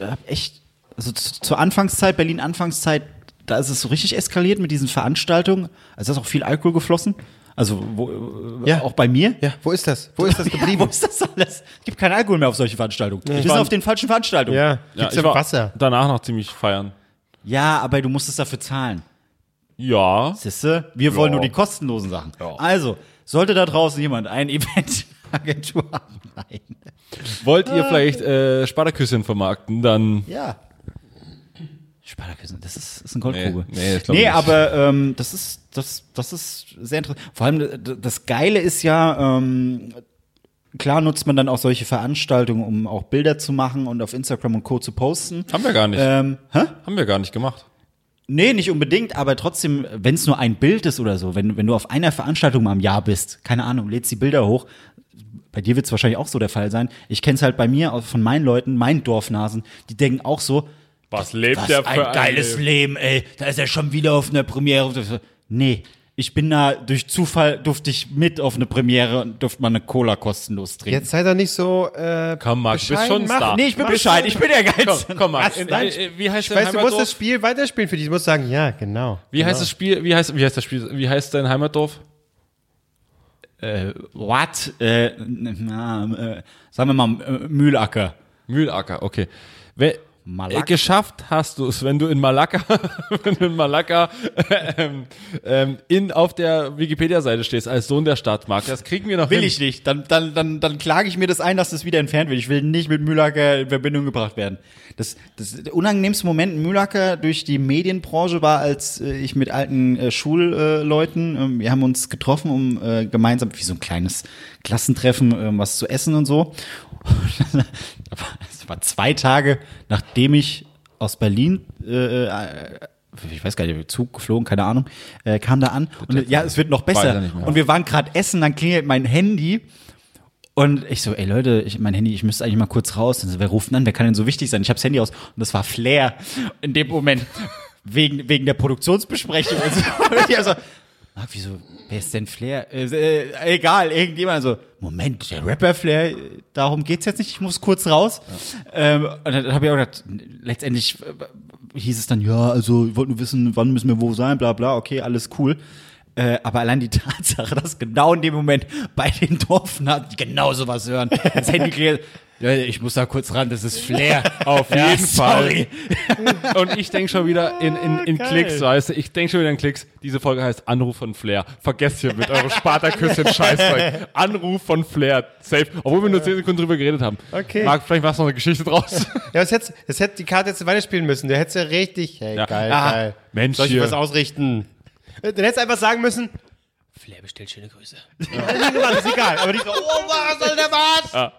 D: habe echt, also zu, zur Anfangszeit, Berlin-Anfangszeit, da ist es so richtig eskaliert mit diesen Veranstaltungen. Also da ist auch viel Alkohol geflossen. Also wo, ja. auch bei mir.
A: Ja, wo ist das? Wo ist das
D: Ja,
A: geblieben?
D: wo ist das alles? Es gibt keinen Alkohol mehr auf solche Veranstaltungen. Wir sind auf den falschen Veranstaltungen.
A: Ja,
B: Ja,
A: gibt's
B: ich
A: ja
B: war
A: Wasser.
B: danach noch ziemlich feiern.
D: ja, aber du musstest dafür zahlen.
B: Ja.
D: Siehste, wir wollen
B: Ja.
D: nur die kostenlosen Sachen.
B: Ja.
D: Also, sollte da draußen jemand ein Eventagentur haben? Nein.
B: Wollt
D: Ah.
B: ihr vielleicht äh, Spartaküsschen vermarkten, dann
D: Ja. Spartaküssen, das ist, ist eine Goldgrube.
B: Nee, nee, das glaub
D: nee
B: ich nicht.
D: aber ähm, das ist das, das ist sehr interessant. Vor allem d- d- das Geile ist ja, ähm, klar nutzt man dann auch solche Veranstaltungen, um auch Bilder zu machen und auf Instagram und Co. zu posten.
B: haben wir gar nicht.
D: Ähm, hä?
B: Haben wir gar nicht gemacht.
D: Nee, nicht unbedingt, aber trotzdem, wenn es nur ein Bild ist oder so, wenn, wenn du auf einer Veranstaltung mal im Jahr bist, keine Ahnung, lädst die Bilder hoch, bei dir wird es wahrscheinlich auch so der Fall sein. Ich kenne es halt bei mir auch von meinen Leuten, meinen Dorfnasen, die denken auch so,
B: Was lebt
D: was ein geiles Leben, ey. Da ist er schon wieder auf einer Premiere. Nee, ich bin da, durch Zufall durfte ich mit auf eine Premiere und durfte mal eine Cola kostenlos trinken.
A: Jetzt sei doch nicht so. Äh,
B: Komm, Max, du bist schon ein
A: Mach-
B: Star.
D: nee, ich bin bescheid, ich bin der Geiz.
B: komm, komm Max.
D: Was?
B: In,
D: Nein,
B: äh, äh, wie heißt
A: ich weiß,
B: dein
A: du musst das
B: Heimatdorf?
A: Spiel weiterspielen für dich. Du musst sagen, ja, genau.
B: Wie heißt das Spiel? Wie heißt, wie heißt das Spiel? Wie heißt dein Heimatdorf?
D: Äh, what? Äh, na, äh, sagen wir mal äh, Mühlacker.
B: Mühlacker, okay. We
D: Malak-
B: äh, geschafft hast du es, wenn du in Malakka, wenn du in Malakka ähm, ähm, in, auf der Wikipedia-Seite stehst, als Sohn der Stadt, Marc. Das kriegen wir noch
D: Will
B: hin.
D: ich nicht. Dann, dann, dann, dann klage ich mir das ein, dass das wieder entfernt wird. Ich will nicht mit Mühlacker in Verbindung gebracht werden. Das, das der unangenehmste Moment in Mühlacker durch die Medienbranche war, als äh, ich mit alten äh, Schulleuten, äh, Leuten, ähm, wir haben uns getroffen, um äh, gemeinsam, wie so ein kleines Klassentreffen, ähm, was zu essen und so. Das war zwei Tage, nachdem ich aus Berlin äh, äh, ich weiß gar nicht, Zug geflogen, keine Ahnung, äh, kam da an. Und, ja, es wird noch
B: Weiß er
D: besser.
B: nicht mehr.
D: Und wir waren gerade essen, dann klingelt mein Handy. Und ich so, ey Leute, ich, mein Handy, ich müsste eigentlich mal kurz raus. Und so, wer ruft denn an? Wer kann denn so wichtig sein? Ich hab's Handy aus. Und das war Flair in dem Moment. Wegen, wegen der Produktionsbesprechung. Und, so. und ich hab so, Marc, wieso, wer ist denn Flair? Äh, äh, egal, irgendjemand so, Moment, der Rapper Flair, äh, darum geht's jetzt nicht, ich muss kurz raus. Ähm, und dann habe ich auch gedacht, letztendlich äh, hieß es dann, ja, also, ich wollte nur wissen, wann müssen wir wo sein, bla bla, okay, alles cool. Äh, aber allein die Tatsache, dass genau in dem Moment bei den Dorfnamen die genau sowas hören, das Handy klingelt, ja, ich muss da kurz ran, das ist Flair.
B: Auf
D: Ja,
B: jeden
D: sorry.
B: Fall. Und ich denke schon wieder in, in, in
A: Geil.
B: Klicks, weißt du, ich denke schon wieder in Klicks, diese Folge heißt Anruf von Flair. Vergesst hier mit eurem Spartaküsschen Scheißzeug. Anruf von Flair. Safe. Obwohl wir nur 10 Sekunden drüber geredet haben.
A: Okay.
B: Marc, vielleicht machst du noch eine Geschichte draus.
A: Ja, es hätte, es hätte die Karte jetzt weiterspielen müssen. Der hätte es ja richtig. Hey,
B: Ja.
A: geil,
B: Ah,
A: geil.
B: Mensch,
A: Soll ich
B: hier.
A: was ausrichten? Äh, Dann hättest du einfach sagen müssen. Flair bestellt schöne Grüße. Ja. ist egal. Aber die so, oh, was soll der was?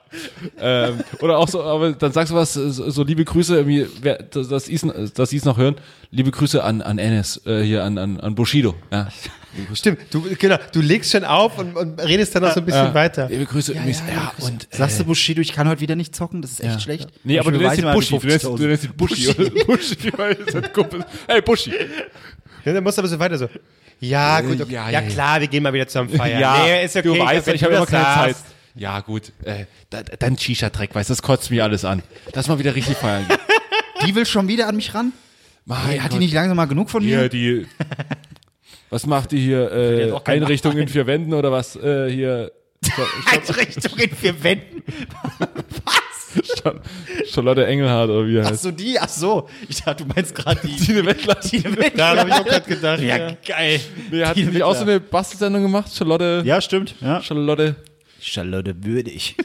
B: ähm, oder auch so, aber dann sagst du was, so, so liebe Grüße, irgendwie, wer, das, das, Isen, das Isen noch hören, liebe Grüße an, an Enes, äh, hier an, an, an Bushido. Ja.
A: Stimmt, du, genau, du legst schon auf und, und redest dann noch so ein bisschen weiter.
B: Liebe Grüße, übrigens, ja, und äh,
D: Sagst du Bushido, ich kann heute wieder nicht zocken, das ist echt schlecht.
B: Nee,
D: Ich
B: aber du
D: überweise
B: nennst ihn Buschi.
D: mal
B: Du nennst,
D: 50.000.
B: du nennst ihn Buschi. oder? Buschi, weil es ein Kumpel ist. Hey, Buschi.
A: Ja, dann musst du ein bisschen weiter so. Ja, gut, okay.
B: ja,
A: ja,
B: ja, ja.
A: klar, wir gehen mal wieder zusammen feiern. Nee, ist okay,
B: du weißt,
A: wenn
B: ich habe
A: du
B: immer
A: das
B: keine Zeit.
A: sagst.
B: Ja, gut. Äh, da- da- dein Shisha-Dreck, weißt du, das kotzt mir alles an. Lass mal wieder richtig feiern. gehen.
D: Die will schon wieder an mich ran?
B: Mein
D: Hat die
B: Gott.
D: nicht langsam mal genug von mir?
B: Hier, die. Was macht die hier? Äh, Einrichtung in vier Wänden oder was? Äh, hier.
A: Halt
D: Einrichtung in vier Wänden. Was?
B: Char- Charlotte Engelhardt oder wie er heißt.
D: Achso, die? Achso. Ich dachte, du meinst gerade die.
B: Tine Wendler. Tine Wendler.
D: Daran habe ich auch gerade gedacht.
E: Ja,
D: Ja, geil.
B: Nee, hat die nicht auch so eine Bastelsendung gemacht? Charlotte.
D: Ja, stimmt. Ja.
B: Charlotte.
D: Charlotte würdig.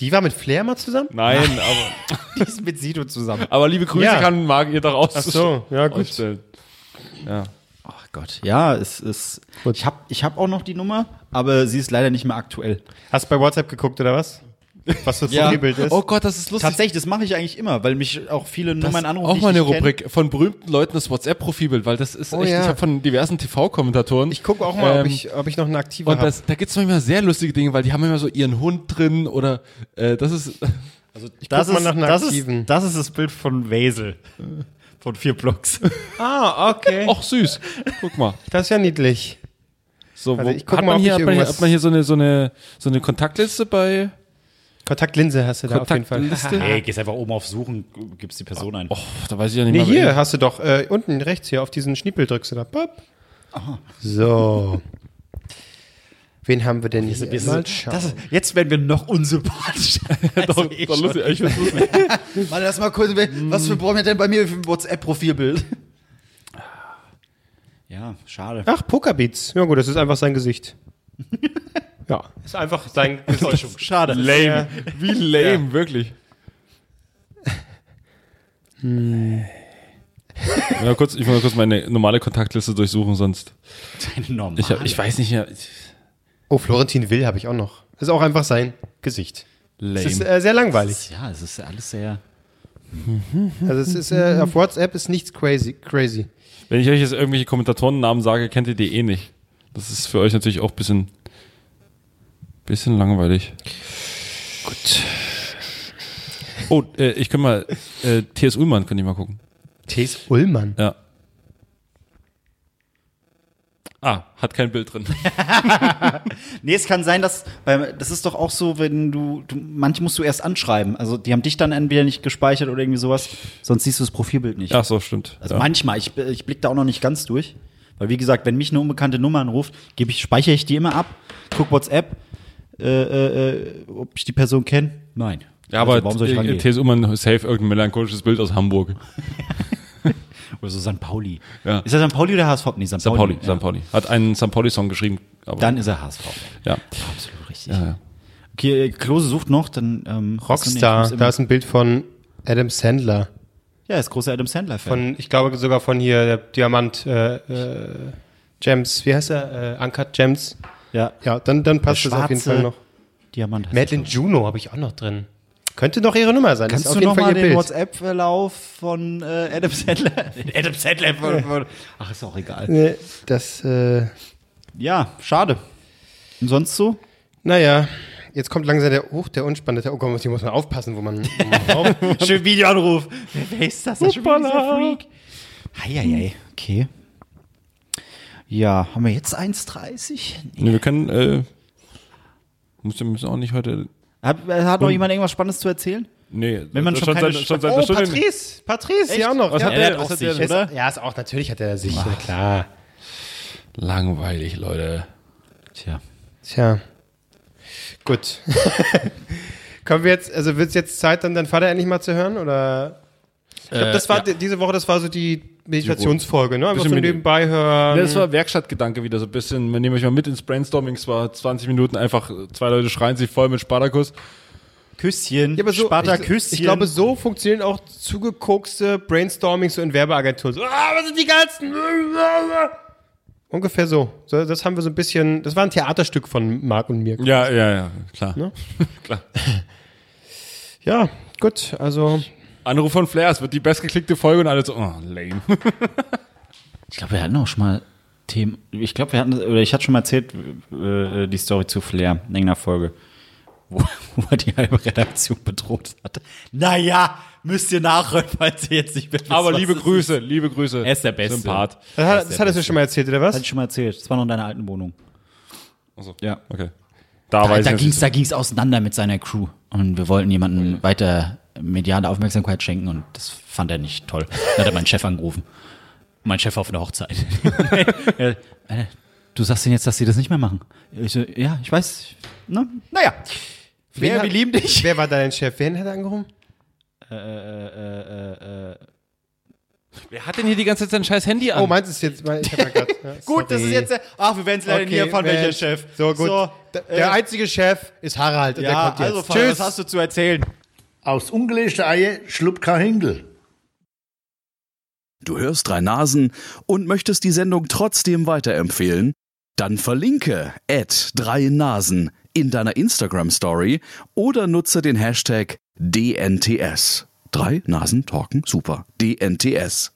A: Die war mit Flair mal zusammen?
B: Nein, aber,
D: Die ist mit Sido zusammen.
B: aber liebe Grüße
A: Ja.
B: kann Marc ihr doch aus. Ach
A: so, ja, gut.
B: Ja.
D: Ach Oh Gott. Ja, es ist. Ich habe ich hab auch noch die Nummer, aber sie ist leider nicht mehr aktuell.
A: Hast du bei WhatsApp geguckt oder was? Was das ja. Profilbild ist?
B: Oh Gott, das ist lustig.
D: Tatsächlich, das mache ich eigentlich immer, weil mich auch viele
B: Das
D: Nummern anrufen.
B: auch
D: die ich
B: mal eine
D: nicht kenn.
B: Rubrik von berühmten Leuten das WhatsApp-Profilbild, weil das ist
A: Oh
B: echt,
A: ja.
B: ich habe von diversen TV-Kommentatoren.
A: Ich gucke auch mal, ob,
B: ähm,
A: ich, ob ich noch einen aktiver
B: Und
A: habe.
B: das, da gibt es manchmal sehr lustige Dinge, weil die haben immer so ihren Hund drin oder äh, das ist.
D: Also Das
A: Guck mal
D: ist,
A: nach einer
D: das, ist,
A: aktiven.
D: das ist das Bild von Wesel. Von vier Blocks.
A: Ah, okay.
B: Ach süß. Guck mal.
A: Das ist ja niedlich.
B: So,
A: Also
B: wo,
A: ich guck
B: hat,
A: mal,
B: man
A: ob
B: hier,
A: ich
B: hat, man hier,
A: irgendwas-
B: hat man hier so eine, so eine, so eine Kontaktliste bei
A: Kontaktlinse hast du da auf jeden Fall.
B: Kontaktliste?
D: Hey, gehst einfach oben auf Suchen, gibst die Person ein.
B: Oh, da weiß ich ja nicht
A: Nee,
B: mal.
A: hier
B: wer-
A: hast du doch äh, unten rechts hier auf diesen Schniepel drückst du da. Pop. So. Wen haben wir denn hier? Mal schauen.
D: Das, jetzt werden wir noch unsympathischer.
B: Doch, doch, lustig, echt, das ist lustig.
D: Warte, lass mal kurz, was für brauchen wir denn bei mir für ein WhatsApp-Profilbild? Ja, schade.
A: Ach, Pokerbeats. Ja gut, das ist einfach sein Gesicht. ja. Ist einfach sein Gesicht.
D: Schade.
B: lame. Wie lame, wirklich.
A: Hm.
B: Ich will, mal kurz, ich will mal kurz meine normale Kontaktliste durchsuchen, sonst.
D: Normal.
A: Ah.
B: Ich, hab, ich weiß nicht mehr. Ich-
A: Oh, Florentin Will habe ich auch noch. Das ist auch einfach sein Gesicht. Das
B: Lame.
A: ist äh, sehr langweilig.
D: ja, es ist alles sehr.
A: Also es ist äh, auf WhatsApp ist nichts crazy. crazy.
B: Wenn ich euch jetzt irgendwelche Kommentatorennamen sage, kennt ihr die eh nicht. Das ist für euch natürlich auch ein bisschen, bisschen langweilig. Gut. Oh, äh, ich kann mal, äh, T.S. Ullmann könnte ich mal gucken.
A: T.S. Ullmann.
B: Ja. Ah, hat kein Bild drin.
D: Nee, es kann sein, dass. Weil das ist doch auch so, wenn du, du. Manche musst du erst anschreiben. Also, die haben dich dann entweder nicht gespeichert oder irgendwie sowas. Sonst siehst du das Profilbild nicht.
B: Ach so, stimmt.
D: Also,
B: ja.
D: manchmal. Ich, ich blick da auch noch nicht ganz durch. Weil, wie gesagt, wenn mich eine unbekannte Nummer anruft, gebe ich, speichere ich die immer ab, guck WhatsApp, äh, äh, äh, ob ich die Person kenne. Nein.
B: ja, aber äh,
D: also, warum soll ich rangehen?
B: T.S. Ullmann safe irgendein melancholisches Bild aus Hamburg.
D: Oder so St. Pauli.
B: Ja.
D: Ist er St. Pauli oder HSV? Nee, St.
B: St. Pauli,
D: Ja.
B: St. Pauli. Hat einen St. Pauli-Song geschrieben. Aber,
D: Dann ist er HSV.
B: ja.
D: Absolut richtig.
B: Ja, ja.
D: Okay, äh, Klose sucht noch, dann ähm,
A: Rockstar.
D: hast du- nee, ich muss
A: Da
D: immer-
A: ist ein Bild von Adam Sandler.
D: ja, ist großer Adam Sandler Fan.
A: Von, ich glaube sogar von hier, der Diamant, äh, äh, Gems, wie heißt er? Äh, Uncut Gems.
D: Ja,
A: Ja, dann, dann passt das auf jeden
D: schwarze
A: Fall noch.
D: Diamant. heißt
A: Madeline
D: er.
A: Juno habe ich auch noch drin. Könnte doch ihre Nummer sein.
D: Kannst
A: ist
D: du
A: auf jeden
D: noch
A: Fall
D: mal
A: ihr
D: den
A: Bild.
D: WhatsApp-Verlauf von äh, Adam Sandler? Adam Sandler von, von Ach, ist auch egal.
A: Nee, das, äh,
D: Ja, schade. Und sonst so?
A: naja, jetzt kommt langsam der, hoch, der unspannende, oh Gott, hier muss man aufpassen, wo man, wo man drauf.
D: Schön Videoanruf. Wer, wer ist das? Das ist schon wieder dieser Freak. Eieiei, okay. Ja, haben wir jetzt 1,30?
B: Nee, wir können, äh, müssen müssen auch nicht heute
D: Hat, äh, hat noch jemand irgendwas Spannendes zu erzählen?
B: Nee,
D: Wenn man
B: das schon,
D: schon keine
B: seit,
D: Sch-
B: schon seit
A: Oh,
B: einer Stunde.
A: Patrice, Patrice, ja auch noch.
B: Was
A: ja,
B: hat der, was hat der
A: ist, ja, ist auch, natürlich hat er sich, na klar.
B: Langweilig, Leute.
D: Tja.
A: Tja. Gut. Kommen wir jetzt, also wird es jetzt Zeit, dann deinen Vater endlich mal zu hören? Oder? Ich glaube, das war di- diese Woche, das war so die Meditationsfolge, ne? Einfach so
B: Bisschen Medi-
A: nebenbei hören.
B: Das war Werkstattgedanke wieder so ein bisschen. Wir nehmen euch mal mit ins Brainstorming. Es war 20 Minuten einfach, zwei Leute schreien sich voll mit Spartakus.
D: Küsschen.
A: Ja, aber so, ich,
D: Spartaküsschen.
A: ich glaube, so funktionieren auch zugekokste Brainstormings so in Werbeagenturen. So, ah, was sind die geilsten? Ungefähr so. so. Das haben wir so ein bisschen, das war ein Theaterstück von Marc und mir.
B: Ja, ja, ja, klar.
A: Ja, gut, also
B: Anruf von Flair, es wird die bestgeklickte Folge und alle so, oh, lame.
D: Ich glaube, wir hatten auch schon mal Themen. Ich glaube, wir hatten, oder ich hatte schon mal erzählt, äh, die Story zu Flair in irgendeiner Folge, wo, wo er die halbe Redaktion bedroht hatte. Naja, müsst ihr nachhören, falls ihr jetzt nicht mehr wisst,
B: Aber
D: was
B: liebe
D: es ist.
B: Grüße, liebe Grüße.
D: Er ist der Beste.
B: Sympath.
A: das, hat, das hattest du schon mal erzählt, oder was?
D: Hatte ich schon mal erzählt. Das war noch in deiner alten Wohnung.
B: Achso.
D: Ja.
B: Okay. Da,
D: Da,
B: weiß
D: da
B: ich
D: ging es
B: nicht.
D: da ging's auseinander mit seiner Crew. Und wir wollten jemandem weiter mediale Aufmerksamkeit schenken und das fand er nicht toll. Dann hat er meinen Chef angerufen. Mein Chef auf einer Hochzeit. Äh, Du sagst denen jetzt, dass sie das nicht mehr machen. Ich so, ja, ich weiß. Ne? Naja.
A: Wen
B: Wer,
A: hat-
B: wir lieben dich.
A: Wer war da dein Chef? Wen hat er angerufen?
D: Äh, Wer hat denn hier die ganze Zeit sein scheiß Handy an?
A: Oh, meins ist jetzt. Mein, ich hab ja grad, ja,
B: Gut, das ist
A: sorry.
B: jetzt. der- Ach, wir werden es leider nie erfahren, welcher
A: Mensch.
B: Chef.
A: So, gut. D-
B: äh,
A: der einzige Chef ist Harald. und der
B: ja,
A: kommt jetzt.
B: also, Tschüss. was hast du zu erzählen?
F: Aus ungelegter Eier schluppt kein Hingel.
M: Du hörst drei Nasen und möchtest die Sendung trotzdem weiterempfehlen? Dann verlinke at drei Nasen in deiner Instagram Story oder nutze den Hashtag DNTS. Drei Nasen talken super. DNTS.